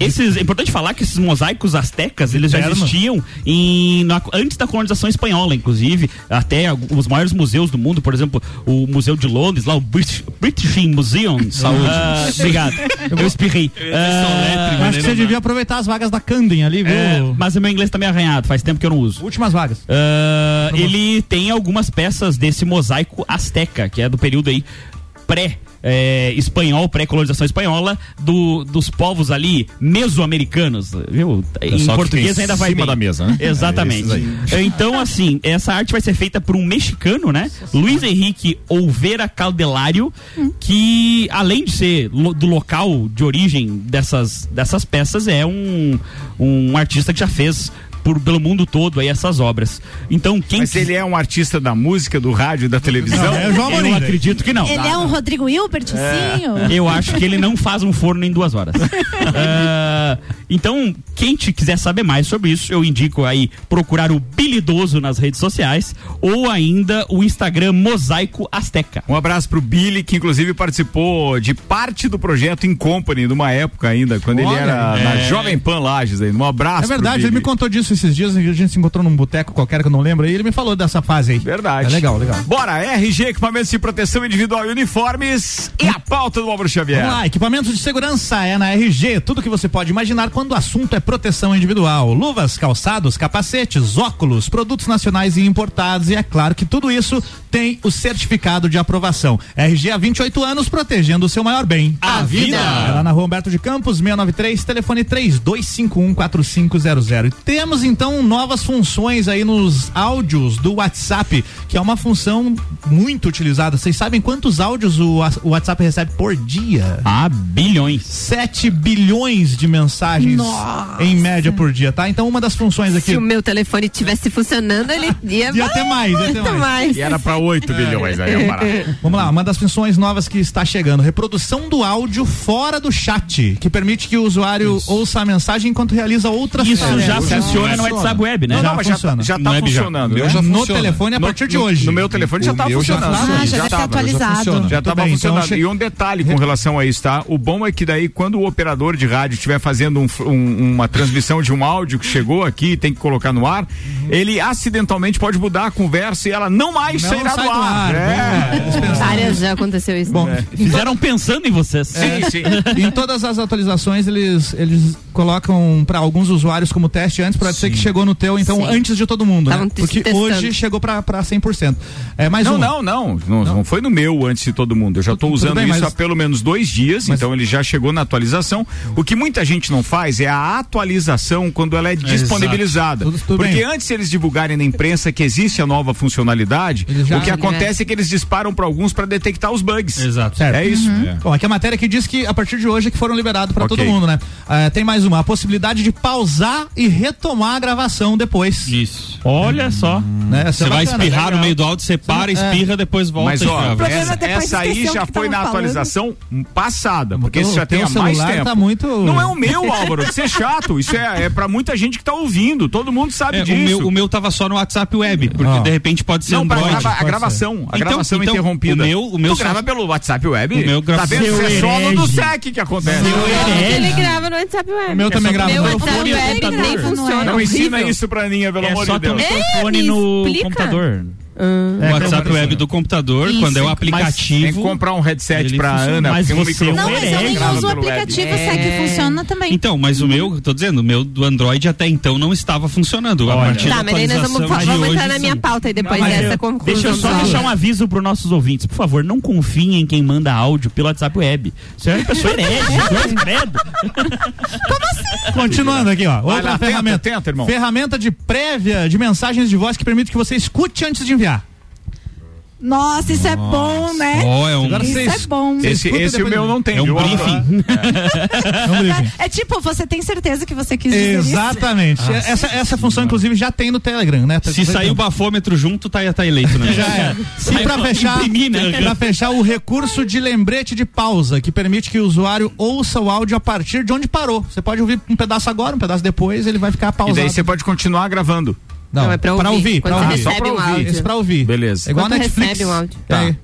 [SPEAKER 3] esses, é importante falar que esses mosaicos astecas, eles já
[SPEAKER 6] Eterno.
[SPEAKER 3] existiam em, na- antes da colonização espanhola, inclusive. Até algum- os maiores museus do mundo, por exemplo, o Museu de Londres, lá o British, British Museum.
[SPEAKER 8] Saúde.
[SPEAKER 3] Ah, obrigado. Eu espirrei. Ah,
[SPEAKER 8] Acho
[SPEAKER 7] né,
[SPEAKER 6] né,
[SPEAKER 8] que você devia aproveitar as vagas da Candem ali, viu?
[SPEAKER 3] é, mas o meu inglês tá meio arranhado, faz tempo que eu não uso.
[SPEAKER 8] Últimas vagas.
[SPEAKER 3] Ah, ele tem algumas peças desse mosaico azteca, que é do período aí pré- eh, espanhol, pré-colonização espanhola, do- dos povos ali mesoamericanos, viu? Em
[SPEAKER 2] Pessoal que
[SPEAKER 3] português
[SPEAKER 2] fica em
[SPEAKER 3] ainda vai
[SPEAKER 2] cima
[SPEAKER 3] bem.
[SPEAKER 2] da mesa, né?
[SPEAKER 3] Exatamente.
[SPEAKER 2] É, esses
[SPEAKER 3] então, assim, essa arte vai ser feita por um mexicano, né? Luiz Henrique Oliveira Caldelário, que além de ser lo- do local de origem dessas, dessas peças, é um, um artista que já fez por, pelo mundo todo aí essas obras. Então, quem
[SPEAKER 2] Mas ele é um artista da música, do rádio, da televisão?
[SPEAKER 3] Não, é o João Amorim. Eu acredito que não.
[SPEAKER 5] Ele é um Rodrigo
[SPEAKER 3] É.
[SPEAKER 5] Hilbertzinho?
[SPEAKER 3] Eu acho que ele não faz um forno em duas horas. Ah, então, quem te quiser saber mais sobre isso, eu indico aí procurar o Bilidoso nas redes sociais ou ainda o Instagram Mosaico Azteca.
[SPEAKER 2] Um abraço pro Billy, que inclusive participou de parte do projeto In Company, numa época ainda, quando ele
[SPEAKER 8] Olha,
[SPEAKER 2] era na
[SPEAKER 8] é.
[SPEAKER 2] Jovem Pan Lages ainda. Um abraço
[SPEAKER 8] É verdade,
[SPEAKER 2] pro
[SPEAKER 8] ele
[SPEAKER 2] Billy.
[SPEAKER 8] me contou disso esses dias, a gente se encontrou num boteco qualquer que eu não lembro, e ele me falou dessa fase aí. Verdade. É legal, legal.
[SPEAKER 2] Bora, RG, equipamentos de proteção individual e uniformes e a pauta do Álvaro Xavier.
[SPEAKER 8] Vamos lá, equipamentos de segurança é na RG, tudo que você pode imaginar quando o assunto é proteção individual. Luvas, calçados, capacetes, óculos, produtos nacionais e importados e é claro que tudo isso tem o certificado de aprovação. RG há 28 anos protegendo o seu maior bem.
[SPEAKER 3] A vida.
[SPEAKER 8] Vai Tá Lá na rua Humberto de Campos, 693, telefone 32514500. E temos então novas funções aí nos áudios do WhatsApp, que é uma função muito utilizada. Vocês sabem quantos áudios o wa- o WhatsApp recebe por dia?
[SPEAKER 3] Ah, bilhões.
[SPEAKER 8] 7 bilhões de mensagens em média por dia, tá? Então uma das funções aqui.
[SPEAKER 9] Se o meu telefone tivesse funcionando, ele ia,
[SPEAKER 8] E até mais, e até
[SPEAKER 9] muito
[SPEAKER 8] mais.
[SPEAKER 9] mais.
[SPEAKER 2] pra 8 bilhões aí, é barato.
[SPEAKER 8] Vamos lá, uma das funções novas que está chegando: reprodução do áudio fora do chat, que permite que o usuário ouça a mensagem enquanto realiza outras
[SPEAKER 3] Isso já funciona no WhatsApp Web, né?
[SPEAKER 8] Não,
[SPEAKER 2] Não,
[SPEAKER 8] já
[SPEAKER 2] não, mas já,
[SPEAKER 8] funciona.
[SPEAKER 2] tá- já
[SPEAKER 8] No
[SPEAKER 2] tá
[SPEAKER 8] web já.
[SPEAKER 2] funcionando.
[SPEAKER 8] No meu
[SPEAKER 2] né?
[SPEAKER 8] já No funciona. telefone a
[SPEAKER 2] No-
[SPEAKER 8] partir de
[SPEAKER 2] no-
[SPEAKER 8] hoje.
[SPEAKER 2] No meu telefone já
[SPEAKER 8] O
[SPEAKER 2] tá
[SPEAKER 8] meu já
[SPEAKER 2] funcionando.
[SPEAKER 8] funciona. Ah, já deve ter
[SPEAKER 2] tava,
[SPEAKER 8] atualizado.
[SPEAKER 2] funciona. Já
[SPEAKER 8] Muito
[SPEAKER 2] tava
[SPEAKER 8] bem,
[SPEAKER 2] tá funcionando.
[SPEAKER 8] então che-
[SPEAKER 2] E um detalhe com relação a isso, tá? O bom é que daí, quando o operador de rádio estiver fazendo um f- um- uma transmissão de um áudio que chegou aqui e tem que colocar no ar, ele acidentalmente pode mudar a conversa e ela não mais
[SPEAKER 9] Não
[SPEAKER 2] sairá
[SPEAKER 9] sai
[SPEAKER 2] do
[SPEAKER 9] do
[SPEAKER 2] ar.
[SPEAKER 9] ar,
[SPEAKER 8] né?
[SPEAKER 2] É.
[SPEAKER 9] Várias já aconteceu isso.
[SPEAKER 8] Bom,
[SPEAKER 3] Fizeram pensando em vocês.
[SPEAKER 8] É, em todas as atualizações eles, eles colocam para alguns usuários como teste antes, pode ser que chegou no teu, então
[SPEAKER 2] Sim.
[SPEAKER 8] antes de todo mundo,
[SPEAKER 2] Tavam
[SPEAKER 8] né? Porque
[SPEAKER 2] testando.
[SPEAKER 8] hoje chegou para 100%. É mais
[SPEAKER 2] não,
[SPEAKER 8] um.
[SPEAKER 2] não, não, não, não foi no meu antes de todo mundo. Eu já estou
[SPEAKER 8] tudo
[SPEAKER 2] usando
[SPEAKER 8] bem,
[SPEAKER 2] isso
[SPEAKER 8] mas-
[SPEAKER 2] há pelo menos dois dias, então ele já chegou na atualização. O que muita gente não faz é a atualização quando ela é disponibilizada.
[SPEAKER 8] Tudo- tudo
[SPEAKER 2] Porque
[SPEAKER 8] bem.
[SPEAKER 2] antes eles divulgarem na imprensa que existe a nova funcionalidade,
[SPEAKER 8] já- né?
[SPEAKER 2] o que
[SPEAKER 8] Sim,
[SPEAKER 2] acontece é que eles disparam para alguns para detectar os bugs.
[SPEAKER 7] Exato.
[SPEAKER 8] Certo.
[SPEAKER 2] É isso.
[SPEAKER 8] Uhum. Bom, aqui a matéria que diz que a partir de hoje é que foram liberados para
[SPEAKER 2] Ok.
[SPEAKER 8] todo mundo, né? Ah, tem mais uma, a possibilidade de pausar e retomar a gravação depois. Hum. Né?
[SPEAKER 7] Isso.
[SPEAKER 3] Olha só.
[SPEAKER 8] é
[SPEAKER 7] Você vai espirrar no meio do áudio, você para, espirra, depois volta
[SPEAKER 2] Mas
[SPEAKER 7] e
[SPEAKER 2] ó,
[SPEAKER 7] grava.
[SPEAKER 2] essa, essa aí já foi na atualização passada, porque esse já
[SPEAKER 8] teu
[SPEAKER 2] tem há mais
[SPEAKER 8] celular
[SPEAKER 2] tempo.
[SPEAKER 8] tá muito-
[SPEAKER 2] Não é o meu, Álvaro, isso é chato. Isso é, é para muita gente que tá ouvindo, todo mundo sabe
[SPEAKER 7] É,
[SPEAKER 2] disso.
[SPEAKER 7] o, meu, o meu tava só no WhatsApp web, porque de repente pode ser
[SPEAKER 8] um
[SPEAKER 2] Não, pra
[SPEAKER 7] Android.
[SPEAKER 2] grava- a
[SPEAKER 7] Ah. Pode
[SPEAKER 2] gravação,
[SPEAKER 7] ser.
[SPEAKER 2] a gravação
[SPEAKER 8] Então,
[SPEAKER 2] interrompida.
[SPEAKER 7] O meu, o meu É,
[SPEAKER 2] Tu grava pelo WhatsApp web?
[SPEAKER 7] O meu grava
[SPEAKER 2] Tá vendo? Isso é só no do SEC que acontece.
[SPEAKER 9] Ele grava no WhatsApp Web.
[SPEAKER 2] O meu também grava
[SPEAKER 9] Meu
[SPEAKER 2] no
[SPEAKER 9] WhatsApp
[SPEAKER 2] telefone
[SPEAKER 9] Web nem funciona.
[SPEAKER 8] é
[SPEAKER 2] Não ensina
[SPEAKER 9] horrível.
[SPEAKER 2] isso pra Aninha, pelo
[SPEAKER 3] É
[SPEAKER 2] amor
[SPEAKER 3] só
[SPEAKER 2] de
[SPEAKER 3] ter um
[SPEAKER 2] Deus.
[SPEAKER 9] microfone
[SPEAKER 3] no
[SPEAKER 9] explica. Ah.
[SPEAKER 3] computador. É,
[SPEAKER 7] O WhatsApp web do computador,
[SPEAKER 5] Isso.
[SPEAKER 7] quando é o
[SPEAKER 5] Mas
[SPEAKER 7] aplicativo.
[SPEAKER 2] tem que comprar um headset
[SPEAKER 7] ele
[SPEAKER 2] pra
[SPEAKER 7] funciona.
[SPEAKER 2] Ana, porque um microfone
[SPEAKER 5] Não, mas eu nem
[SPEAKER 7] grava
[SPEAKER 5] uso o
[SPEAKER 7] pelo web.
[SPEAKER 5] aplicativo,
[SPEAKER 8] É.
[SPEAKER 5] sei
[SPEAKER 2] É.
[SPEAKER 5] que funciona também.
[SPEAKER 7] Então, mas o meu, eu tô dizendo, o meu do Android até então não estava funcionando. A partir
[SPEAKER 9] Tá,
[SPEAKER 7] da
[SPEAKER 9] mas daí nós vamos,
[SPEAKER 7] atualização de
[SPEAKER 9] vamos
[SPEAKER 7] hoje,
[SPEAKER 9] entrar na
[SPEAKER 7] sim.
[SPEAKER 9] minha pauta aí depois
[SPEAKER 3] Não, mas
[SPEAKER 9] dessa
[SPEAKER 3] eu-
[SPEAKER 9] conclusão.
[SPEAKER 3] Deixa eu só
[SPEAKER 9] Saulo.
[SPEAKER 3] deixar um aviso para os nossos ouvintes. Por favor, não confiem em quem manda áudio pelo WhatsApp Web. Isso é uma pessoa herege, dois credo.
[SPEAKER 5] assim?
[SPEAKER 8] Continuando aqui, ó.
[SPEAKER 3] Vai
[SPEAKER 8] Outra
[SPEAKER 3] lá, tenta,
[SPEAKER 8] ferramenta.
[SPEAKER 2] tenta, irmão.
[SPEAKER 8] Ferramenta de prévia de mensagens de voz que permite que você escute antes de enviar.
[SPEAKER 5] Nossa, isso é bom, né?
[SPEAKER 8] Ó, é um- Agora
[SPEAKER 5] Isso
[SPEAKER 8] vocês-
[SPEAKER 5] é bom.
[SPEAKER 2] Esse,
[SPEAKER 8] Escuta
[SPEAKER 2] esse o
[SPEAKER 8] depois
[SPEAKER 2] meu
[SPEAKER 8] de-
[SPEAKER 2] não tem.
[SPEAKER 8] É um
[SPEAKER 2] viu?
[SPEAKER 8] briefing. É um briefing.
[SPEAKER 5] É tipo, você tem certeza que você quis dizer
[SPEAKER 8] Exatamente.
[SPEAKER 5] isso?
[SPEAKER 8] essa, essa função, inclusive, já tem no Telegram, né?
[SPEAKER 7] Se sair o bafômetro junto, tá, tá eleito, né?
[SPEAKER 8] Já é.
[SPEAKER 7] Se
[SPEAKER 8] E pra fechar,
[SPEAKER 7] imprimir, né?
[SPEAKER 8] pra fechar, o recurso de lembrete de pausa, que permite que o usuário ouça o áudio a partir de onde parou. Você pode ouvir um pedaço agora, um pedaço depois, ele vai ficar
[SPEAKER 2] E
[SPEAKER 8] pausado.
[SPEAKER 2] daí você pode continuar gravando.
[SPEAKER 8] Não, Não, é pra pra ouvir, ouvir, pra quando ouvir. você
[SPEAKER 2] Só
[SPEAKER 8] recebe
[SPEAKER 2] pra
[SPEAKER 8] um
[SPEAKER 2] ouvir.
[SPEAKER 8] áudio. Esse pra ouvir.
[SPEAKER 2] Beleza.
[SPEAKER 8] É igual a Quando Netflix. recebe um áudio.
[SPEAKER 2] Tá.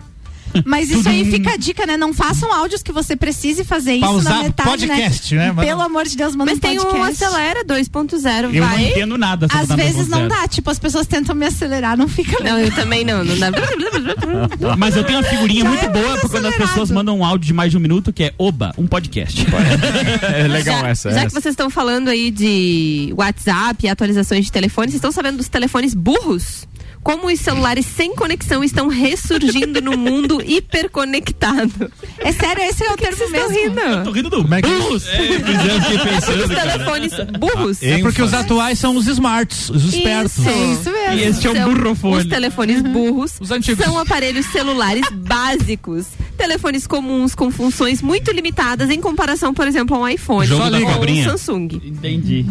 [SPEAKER 5] Mas isso aí fica a dica, né? Não façam áudios que você precise fazer isso
[SPEAKER 8] Pausar
[SPEAKER 5] na metade,
[SPEAKER 8] podcast, né? Mas-
[SPEAKER 5] Pelo amor de Deus, manda
[SPEAKER 9] Mas
[SPEAKER 5] um
[SPEAKER 9] tem
[SPEAKER 5] podcast.
[SPEAKER 9] um Acelera 2.0,
[SPEAKER 5] Eu não
[SPEAKER 9] vai.
[SPEAKER 5] entendo
[SPEAKER 7] nada
[SPEAKER 5] Às vezes não dá, tipo, as pessoas tentam me acelerar, não fica
[SPEAKER 9] Não, eu também não, não dá.
[SPEAKER 3] Mas eu tenho uma figurinha muito
[SPEAKER 9] é
[SPEAKER 3] boa pra quando as pessoas mandam um áudio de mais de um minuto, que é Oba, um podcast.
[SPEAKER 2] É legal essa.
[SPEAKER 9] Já que vocês estão falando aí de WhatsApp e atualizações de telefone, vocês estão sabendo dos telefones burros? Como os celulares sem conexão estão ressurgindo no mundo hiperconectado.
[SPEAKER 5] É sério, esse é o termo
[SPEAKER 9] vocês estão rindo?
[SPEAKER 7] Eu tô rindo do burros. É, pois é, eu fiquei pensando,
[SPEAKER 9] Os
[SPEAKER 7] cara.
[SPEAKER 9] telefones burros.
[SPEAKER 8] É porque os atuais são os smarts, os espertos. é
[SPEAKER 9] mesmo.
[SPEAKER 7] é
[SPEAKER 9] é Uhum. São Os telefones burros são aparelhos celulares básicos. Telefones comuns com funções muito limitadas em comparação, por exemplo, a um iPhone
[SPEAKER 2] Jogo
[SPEAKER 9] ou
[SPEAKER 2] da
[SPEAKER 9] um
[SPEAKER 2] cobrinha.
[SPEAKER 9] Samsung.
[SPEAKER 3] Entendi.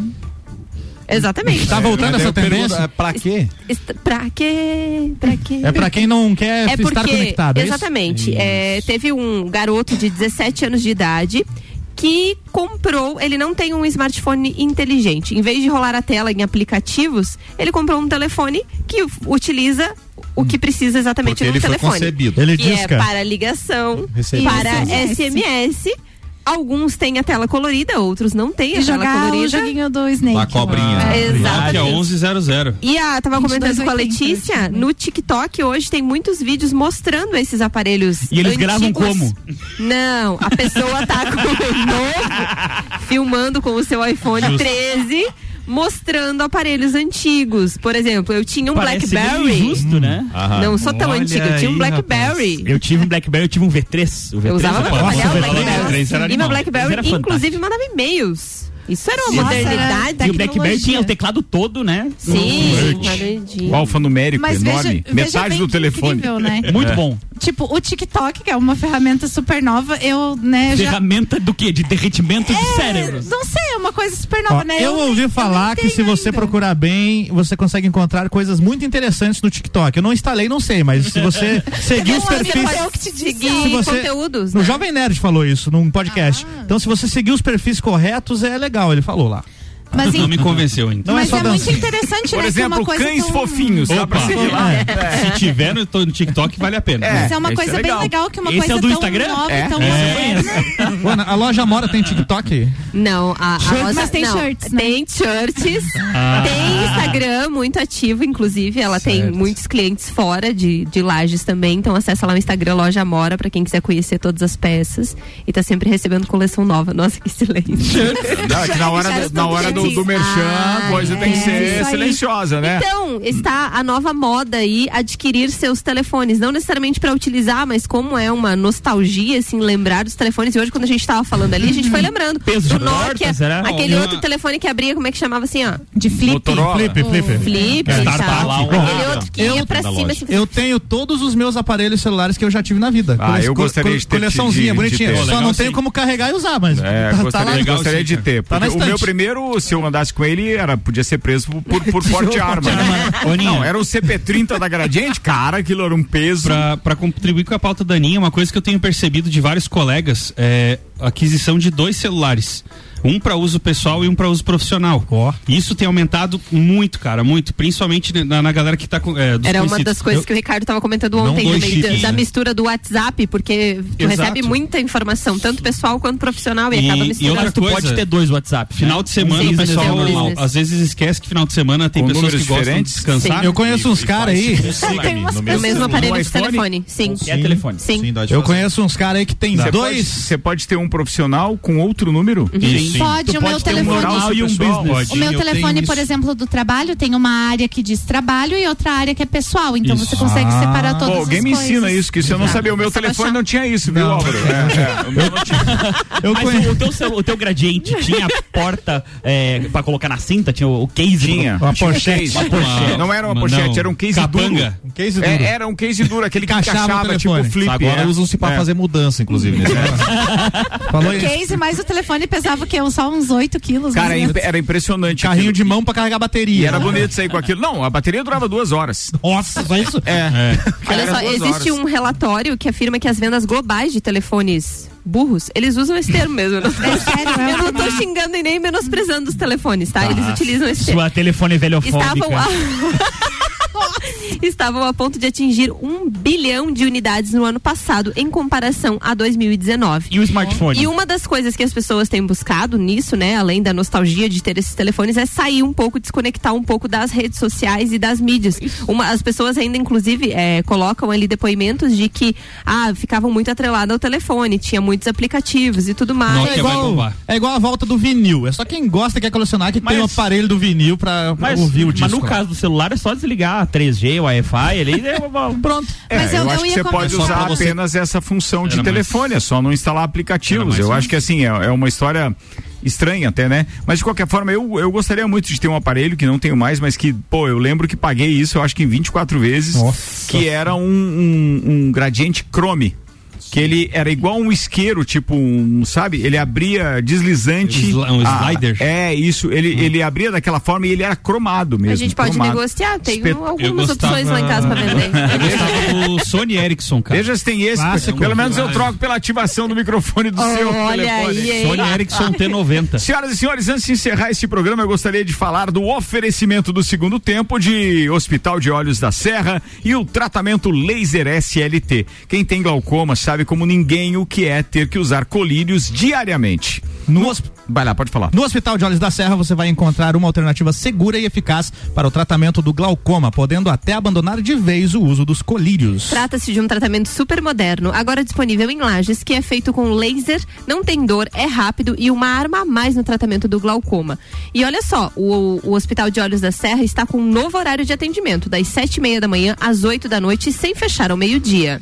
[SPEAKER 9] Exatamente.
[SPEAKER 8] Tá voltando
[SPEAKER 2] Mas
[SPEAKER 8] essa
[SPEAKER 2] eu pergunto,
[SPEAKER 8] tendência?
[SPEAKER 2] é pra quê?
[SPEAKER 9] Est- Pra quê? Pra quê?
[SPEAKER 8] É pra quem não quer
[SPEAKER 9] É
[SPEAKER 8] estar
[SPEAKER 9] porque,
[SPEAKER 8] conectado. é isso?
[SPEAKER 9] Exatamente. É, teve um garoto de 17 anos de idade que comprou, ele não tem um smartphone inteligente. Em vez de rolar a tela em aplicativos, ele comprou um telefone que u- utiliza o
[SPEAKER 8] Hum.
[SPEAKER 9] que precisa exatamente
[SPEAKER 6] Porque
[SPEAKER 9] no
[SPEAKER 6] ele foi
[SPEAKER 9] telefone.
[SPEAKER 6] concebido. Ele
[SPEAKER 9] que é
[SPEAKER 6] disca.
[SPEAKER 9] para ligação,
[SPEAKER 6] Recebi
[SPEAKER 9] para
[SPEAKER 6] mensagem.
[SPEAKER 9] SMS. Alguns têm a tela colorida, outros não têm a
[SPEAKER 5] E
[SPEAKER 9] tela
[SPEAKER 5] jogar o
[SPEAKER 9] colorida.
[SPEAKER 5] joguinho do Snake.
[SPEAKER 7] A cobrinha.
[SPEAKER 5] Ah,
[SPEAKER 9] Exatamente.
[SPEAKER 7] Nokia 1100.
[SPEAKER 9] E a, tava comentando com
[SPEAKER 5] 22,80,
[SPEAKER 9] a Letícia, no TikTok hoje tem muitos vídeos mostrando esses aparelhos.
[SPEAKER 3] E eles gravam
[SPEAKER 9] antigos.
[SPEAKER 3] como?
[SPEAKER 9] Não, a pessoa tá com o novo, filmando com o seu iPhone
[SPEAKER 3] Justo.
[SPEAKER 9] 13, mostrando aparelhos antigos. Por exemplo, eu tinha um
[SPEAKER 3] Parece meio
[SPEAKER 9] Blackberry.
[SPEAKER 3] injusto, né?
[SPEAKER 9] Não sou tão antiga, eu tinha um Blackberry.
[SPEAKER 3] Eu tive um Blackberry, eu tive um V3. O V3
[SPEAKER 9] Eu usava pra
[SPEAKER 3] era foda.
[SPEAKER 9] trabalhar o
[SPEAKER 3] Nossa,
[SPEAKER 9] Blackberry.
[SPEAKER 3] V3 era
[SPEAKER 9] E meu
[SPEAKER 3] animal.
[SPEAKER 9] Blackberry,
[SPEAKER 3] Era fantástico.
[SPEAKER 9] inclusive, mandava e-mails. Isso era uma
[SPEAKER 3] Nossa,
[SPEAKER 9] modernidade.
[SPEAKER 3] E o Blackberry tinha o teclado todo, né?
[SPEAKER 9] Sim,
[SPEAKER 2] O alfanumérico
[SPEAKER 5] Mas veja-
[SPEAKER 2] enorme.
[SPEAKER 5] veja
[SPEAKER 2] metade
[SPEAKER 5] bem
[SPEAKER 2] do
[SPEAKER 5] que
[SPEAKER 2] telefone.
[SPEAKER 5] incrível, né?
[SPEAKER 3] Muito
[SPEAKER 2] É.
[SPEAKER 3] bom.
[SPEAKER 5] Tipo, o TikTok, que é uma ferramenta super nova, eu, né, já...
[SPEAKER 3] Ferramenta do quê? De derretimento de cérebros.
[SPEAKER 5] Não sei, é uma coisa super
[SPEAKER 8] Ó,
[SPEAKER 5] nova, né?
[SPEAKER 8] eu ouvi falar que se você procurar bem, você consegue encontrar coisas muito interessantes no TikTok. Eu não instalei, não sei, mas se você seguir os
[SPEAKER 5] um
[SPEAKER 8] perfis.
[SPEAKER 9] Eu que te disse.
[SPEAKER 8] se você-
[SPEAKER 9] conteúdos.
[SPEAKER 8] No
[SPEAKER 9] né?
[SPEAKER 8] Jovem Nerd falou isso num podcast. Então, se você seguir os perfis corretos, é legal, ele falou lá.
[SPEAKER 5] Mas em-
[SPEAKER 7] Não me convenceu ainda.
[SPEAKER 8] Não
[SPEAKER 5] Mas
[SPEAKER 8] é só
[SPEAKER 5] é
[SPEAKER 8] dança.
[SPEAKER 5] muito interessante, né? que é uma coisa tão...
[SPEAKER 7] Opa.
[SPEAKER 2] dá pra seguir lá. É.
[SPEAKER 7] Se tiver no, no TikTok, vale a pena.
[SPEAKER 5] Mas é uma coisa bem legal, que uma
[SPEAKER 7] Esse
[SPEAKER 5] coisa
[SPEAKER 7] é o do
[SPEAKER 5] tão
[SPEAKER 7] Instagram?
[SPEAKER 5] nova,
[SPEAKER 7] É.
[SPEAKER 5] tão
[SPEAKER 7] É.
[SPEAKER 5] moderna.
[SPEAKER 8] Pô, É. na- a loja Amora tem TikTok?
[SPEAKER 9] Não, a, a
[SPEAKER 5] Shirts,
[SPEAKER 9] nossa-
[SPEAKER 5] mas tem né?
[SPEAKER 9] não,
[SPEAKER 5] shirts,
[SPEAKER 9] Tem shirts,
[SPEAKER 8] Ah.
[SPEAKER 9] tem Instagram muito ativo, inclusive. Ela tem muitos clientes fora de, de Lages também. Então acessa lá o Instagram Loja Amora pra quem quiser conhecer todas as peças. E tá sempre recebendo coleção nova. Nossa, que silêncio.
[SPEAKER 2] Não, é que na hora, do- na hora do, do merchan, a coisa Ah, tem que ser silenciosa, né?
[SPEAKER 9] Ah, Então, está a nova moda aí adquirir seus telefones, não necessariamente para utilizar, mas como é uma nostalgia assim lembrar dos telefones. E hoje quando a gente tava falando ali, a gente foi lembrando
[SPEAKER 3] Peso
[SPEAKER 9] do
[SPEAKER 3] de
[SPEAKER 9] Nokia,
[SPEAKER 3] portas, era?
[SPEAKER 9] aquele
[SPEAKER 3] Ó, e
[SPEAKER 9] outro
[SPEAKER 3] uma-
[SPEAKER 9] telefone que abria, como é que chamava assim, ó?
[SPEAKER 5] De flip.
[SPEAKER 8] Motorola. Flip, flip.
[SPEAKER 9] Um Flip,
[SPEAKER 8] É,
[SPEAKER 9] e
[SPEAKER 8] Startup.
[SPEAKER 9] tal.
[SPEAKER 8] Lá, um
[SPEAKER 9] Aquele
[SPEAKER 8] lado.
[SPEAKER 9] outro que ia pra cima assim.
[SPEAKER 8] Eu tenho todos os meus aparelhos celulares que eu já tive na vida.
[SPEAKER 2] Ah, eu gostaria de ter-
[SPEAKER 8] Coleçãozinha,
[SPEAKER 2] de- de
[SPEAKER 8] bonitinha.
[SPEAKER 2] ter.
[SPEAKER 8] Só
[SPEAKER 2] Legal,
[SPEAKER 8] não
[SPEAKER 2] sim.
[SPEAKER 8] tenho como carregar e usar, mas.
[SPEAKER 2] É,
[SPEAKER 8] tá- tá
[SPEAKER 2] gostaria,
[SPEAKER 8] lá.
[SPEAKER 2] gostaria de ter.
[SPEAKER 8] Tá
[SPEAKER 2] Porque o
[SPEAKER 8] na estante.
[SPEAKER 2] meu primeiro, se eu andasse com ele, era, podia ser preso por, por porte de arma. né? Não, era o CP30 da Gradiente, cara, aquilo era um peso.
[SPEAKER 7] Pra, pra contribuir com a pauta da Aninha, uma coisa que eu tenho percebido de vários colegas é a aquisição de dois celulares. Um para uso pessoal e um para uso profissional. Isso tem aumentado muito, cara, muito. Principalmente na, na galera que tá com. é, dos
[SPEAKER 9] Era uma
[SPEAKER 7] conhecidos.
[SPEAKER 9] das coisas que o Ricardo estava comentando
[SPEAKER 7] Não
[SPEAKER 9] ontem
[SPEAKER 7] dois
[SPEAKER 9] também, da,
[SPEAKER 7] chips,
[SPEAKER 9] da
[SPEAKER 7] né?
[SPEAKER 9] mistura do WhatsApp, porque tu
[SPEAKER 7] Exato.
[SPEAKER 9] recebe muita informação, tanto pessoal quanto profissional, e,
[SPEAKER 7] E-
[SPEAKER 9] acaba
[SPEAKER 7] e
[SPEAKER 9] misturando.
[SPEAKER 7] outra coisa-
[SPEAKER 3] Pode ter dois WhatsApp.
[SPEAKER 7] Final de semana,
[SPEAKER 3] Sim,
[SPEAKER 7] o pessoal
[SPEAKER 3] business é
[SPEAKER 7] normal.
[SPEAKER 3] business.
[SPEAKER 7] às vezes esquece que final de semana tem
[SPEAKER 3] Com
[SPEAKER 7] pessoas que
[SPEAKER 3] números
[SPEAKER 7] gostam de
[SPEAKER 3] diferentes?
[SPEAKER 7] descansar.
[SPEAKER 9] Sim. Eu conheço
[SPEAKER 8] uns cara aí-
[SPEAKER 9] Tem umas- é o mesmo aparelho de telefone. Sim.
[SPEAKER 2] É telefone.
[SPEAKER 9] Sim.
[SPEAKER 8] Eu conheço uns caras aí que tem
[SPEAKER 2] Você
[SPEAKER 8] dois.
[SPEAKER 2] pode- Você pode, ter um profissional com outro número?
[SPEAKER 8] Isso,
[SPEAKER 5] Pode, o
[SPEAKER 2] um
[SPEAKER 5] meu telefone. o meu telefone, por exemplo, do trabalho tem uma área que diz trabalho e outra área que é pessoal. Então você consegue separar todas
[SPEAKER 2] Pô,
[SPEAKER 5] as
[SPEAKER 2] alguém me
[SPEAKER 5] coisas.
[SPEAKER 2] ensina isso, que isso eu não sabia. O meu telefone não tinha isso, viu, Álvaro? É, é. O meu não tinha.
[SPEAKER 3] Mas o, o teu, celu- o teu gradiente tinha a porta é, pra colocar na cinta? Tinha o, o case?
[SPEAKER 2] Tinha.
[SPEAKER 3] Uma
[SPEAKER 2] Uma pochete. Não era uma pochete, era um case duro.
[SPEAKER 3] Capanga.
[SPEAKER 2] É, era um case duro, aquele que
[SPEAKER 6] Encaixava o
[SPEAKER 2] encaixava, tipo
[SPEAKER 6] telefone.
[SPEAKER 2] flip.
[SPEAKER 6] Agora
[SPEAKER 2] é.
[SPEAKER 6] usam-se pra
[SPEAKER 2] É.
[SPEAKER 6] fazer mudança, inclusive. nesse
[SPEAKER 2] Falou
[SPEAKER 5] O
[SPEAKER 2] isso.
[SPEAKER 5] case, mas o telefone pesava o quê? Um- Só uns 8 quilos? mais
[SPEAKER 2] Cara,
[SPEAKER 5] ou
[SPEAKER 2] é
[SPEAKER 5] menos.
[SPEAKER 2] imp- era impressionante.
[SPEAKER 8] Carrinho
[SPEAKER 2] aquilo.
[SPEAKER 8] de mão pra carregar bateria.
[SPEAKER 2] E era bonito sair com aquilo. Não, a bateria durava duas horas.
[SPEAKER 8] Nossa, só isso?
[SPEAKER 2] É. Cara,
[SPEAKER 9] Olha
[SPEAKER 2] era
[SPEAKER 9] só,
[SPEAKER 2] duas
[SPEAKER 9] existe
[SPEAKER 2] horas.
[SPEAKER 9] um relatório que afirma que as vendas globais de telefones burros, eles usam esse termo mesmo. Eu não, eu não tô xingando e nem menosprezando os telefones, tá? Eles
[SPEAKER 10] Ah,
[SPEAKER 9] utilizam esse termo.
[SPEAKER 10] Sua telefone velhofóbica.
[SPEAKER 9] Estavam a... Estavam a ponto de atingir um bilhão de unidades no ano passado, em comparação a 2019.
[SPEAKER 3] E o smartphone?
[SPEAKER 9] E uma das coisas que as pessoas têm buscado nisso, né, além da nostalgia de ter esses telefones, é sair um pouco, desconectar um pouco das redes sociais e das mídias. Uma- as pessoas ainda, inclusive, eh, colocam ali depoimentos de que ah, ficavam muito atreladas ao telefone, tinha muitos aplicativos e tudo mais.
[SPEAKER 8] é, igual, é igual a volta do vinil. É só quem gosta quer colecionar que tem o aparelho do vinil pra, pra
[SPEAKER 3] Mas,
[SPEAKER 8] ouvir o disco.
[SPEAKER 3] mas no caso do celular é só desligar a 3G, o Wi-Fi ali. né?
[SPEAKER 8] Pronto.
[SPEAKER 2] É, eu, acho que você pode usar apenas essa função de telefone, é só não instalar aplicativos. Eu acho que assim, é, é uma história estranha até, né? Mas de qualquer forma, eu, eu gostaria muito de ter um aparelho que não tenho mais, mas que, pô, eu lembro que paguei isso, eu acho que em 24 vezes, que era um, um- um gradiente Chrome. Que ele era igual um isqueiro, tipo um, sabe? Ele abria deslizante.
[SPEAKER 7] Um sli- um
[SPEAKER 2] a-
[SPEAKER 7] slider?
[SPEAKER 2] é, isso. Ele, ele abria daquela forma e ele era cromado mesmo.
[SPEAKER 9] A gente pode
[SPEAKER 2] cromado.
[SPEAKER 9] negociar, tem um-
[SPEAKER 2] Espet-
[SPEAKER 9] algumas opções lá em casa pra vender.
[SPEAKER 7] o Sony Ericsson, cara.
[SPEAKER 2] Veja se tem esse.
[SPEAKER 7] Clássico. Ah,
[SPEAKER 2] Pelo menos eu troco pela ativação do microfone do seu
[SPEAKER 7] Olha
[SPEAKER 2] telefone.
[SPEAKER 7] aí, hein? Sony Ericsson T90.
[SPEAKER 2] Senhoras e senhores, antes de encerrar este programa, eu gostaria de falar do oferecimento do segundo tempo de Hospital de Olhos da Serra e o tratamento laser SLT. Quem tem glaucoma sabe como ninguém o que é ter que usar colírios diariamente.
[SPEAKER 8] No,
[SPEAKER 2] Vai lá, pode falar.
[SPEAKER 8] No Hospital de Olhos da Serra você vai encontrar uma alternativa segura e eficaz para o tratamento do glaucoma, podendo até abandonar de vez o uso dos colírios.
[SPEAKER 9] Trata-se de um tratamento super moderno, agora disponível em lajes, que é feito com laser, não tem dor, é rápido e uma arma a mais no tratamento do glaucoma. E olha só, o, o Hospital de Olhos da Serra está com um novo horário de atendimento, das sete e meia da manhã às 8 da noite, sem fechar ao meio-dia.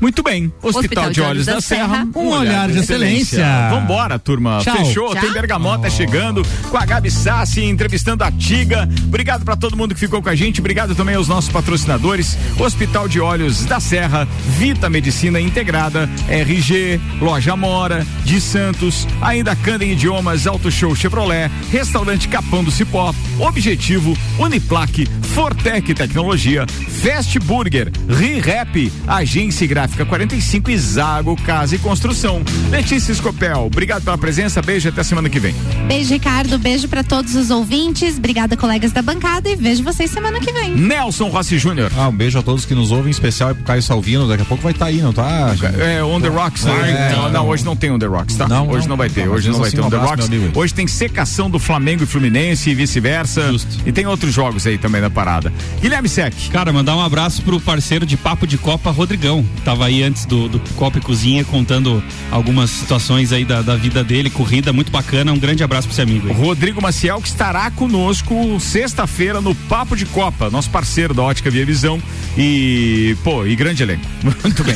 [SPEAKER 2] Muito bem. Hospital, de Olhos da, Serra,
[SPEAKER 8] um olhar de excelência.
[SPEAKER 2] Vambora, turma.
[SPEAKER 8] Tchau.
[SPEAKER 2] Fechou.
[SPEAKER 8] Tchau.
[SPEAKER 2] Tem Bergamota chegando com a Gabi Sassi entrevistando a Tiga. Obrigado pra todo mundo que ficou com a gente. Obrigado também aos nossos patrocinadores: Hospital de Olhos da Serra, Vita Medicina Integrada, RG, Loja Mora, de Santos, ainda Candem Idiomas, Auto Show Chevrolet, Restaurante Capão do Cipó, Objetivo, Uniplaque, Fortec Tecnologia, Fast Burger, ReRap, Agência Gráfica 45 e Zago Casa e Construção. Letícia Escopel, obrigado pela presença, beijo até semana que vem.
[SPEAKER 5] Beijo, Ricardo. Beijo pra todos os ouvintes. Obrigada, colegas da bancada. E vejo vocês semana que vem.
[SPEAKER 2] Nelson Rossi Júnior.
[SPEAKER 6] Ah, um beijo a todos que nos ouvem, em especial é pro Caio Salvino, daqui a pouco vai estar aí, não tá?
[SPEAKER 2] É, On The Rocks. né? não, não, hoje não tem On The Rocks, tá?
[SPEAKER 6] É. Não,
[SPEAKER 2] hoje não,
[SPEAKER 6] não.
[SPEAKER 2] vai ter,
[SPEAKER 6] Não,
[SPEAKER 2] hoje
[SPEAKER 6] mas
[SPEAKER 2] não vai
[SPEAKER 6] assim,
[SPEAKER 2] ter
[SPEAKER 6] um
[SPEAKER 2] On The
[SPEAKER 6] abraço,
[SPEAKER 2] Rocks.
[SPEAKER 6] meu amigo.
[SPEAKER 2] Hoje tem secação do Flamengo e Fluminense e vice-versa. E tem outros jogos aí também na parada. Guilherme Sec.
[SPEAKER 7] Cara, mandar um abraço pro parceiro de Papo de Copa, Rodrigão. Tava aí antes do, do Copa e Cozinha contando algumas situações aí da, da vida dele, corrida muito bacana. Um grande abraço pra esse amigo. aí.
[SPEAKER 2] Rodrigo Maciel, que estará tá conosco sexta-feira no Papo de Copa, nosso parceiro da Ótica Via Visão e, pô, e grande elenco. Muito bem.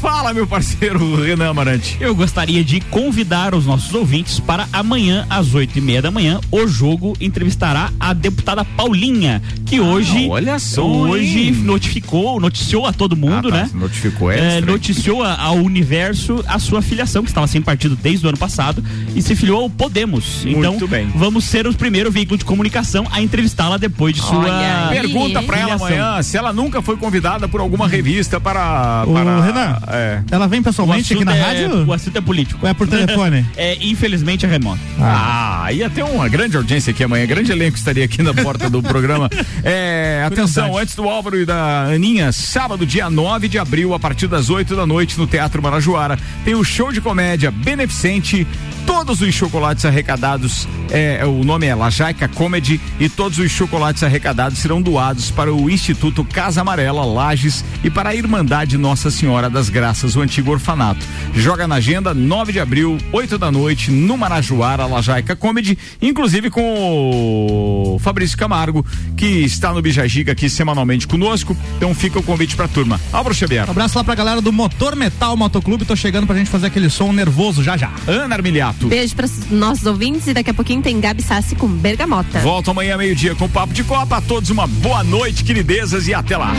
[SPEAKER 2] Fala, meu parceiro Renan Amarante.
[SPEAKER 3] Eu gostaria de convidar os nossos ouvintes para amanhã, às oito e meia da manhã, o jogo entrevistará a deputada Paulinha, que hoje,
[SPEAKER 2] Ah, olha só,
[SPEAKER 3] hoje
[SPEAKER 2] hein?
[SPEAKER 3] notificou, noticiou a todo mundo mundo,
[SPEAKER 2] tá,
[SPEAKER 3] né?
[SPEAKER 2] se notificou, é
[SPEAKER 3] É,
[SPEAKER 2] estranho.
[SPEAKER 3] noticiou a- ao universo a sua filiação, que estava sem partido desde o ano passado, e se filiou ao Podemos.
[SPEAKER 2] Muito
[SPEAKER 3] então,
[SPEAKER 2] bem.
[SPEAKER 3] vamos ser o primeiro veículo de comunicação a entrevistá-la depois de sua.
[SPEAKER 2] Pergunta pra ela
[SPEAKER 3] filiação.
[SPEAKER 2] amanhã se ela nunca foi convidada por alguma revista para.
[SPEAKER 8] Uhum. Ô,
[SPEAKER 2] para
[SPEAKER 8] Renan,
[SPEAKER 2] é.
[SPEAKER 8] Ela vem pessoalmente
[SPEAKER 3] O
[SPEAKER 8] aqui na
[SPEAKER 3] assunto é-
[SPEAKER 8] rádio?
[SPEAKER 3] O assunto é político.
[SPEAKER 8] Ou é por telefone?
[SPEAKER 3] é, infelizmente é remoto.
[SPEAKER 2] Ah, ia ter uma grande audiência aqui amanhã, grande elenco estaria aqui na porta do programa. É, atenção, antes do Álvaro e da Aninha, sábado, dia 9 de abril, a partir das 8 da noite, no Teatro Marajoara, tem o show de comédia beneficente. Todos os chocolates arrecadados, é, o nome é Lajaica Comedy, e todos os chocolates arrecadados serão doados para o Instituto Casa Amarela Lages e para a Irmandade Nossa Senhora das Graças, o antigo orfanato. Joga na agenda 9 de abril, 8 da noite, no Marajoara, Lajaica Comedy, inclusive com o Fabrício Camargo, que está no Bijagiga aqui semanalmente conosco. Então fica o convite para a turma. Álvaro Xavier.
[SPEAKER 8] Um abraço lá pra galera do Motor Metal Motoclube. Tô chegando pra gente fazer aquele som nervoso já já.
[SPEAKER 2] Ana Armiliato.
[SPEAKER 9] Beijo para nossos ouvintes e daqui a pouquinho tem Gabi Sassi com Bergamota.
[SPEAKER 2] Volta amanhã, meio-dia, com o Papo de Copa. A todos uma boa noite, queridezas, e até lá.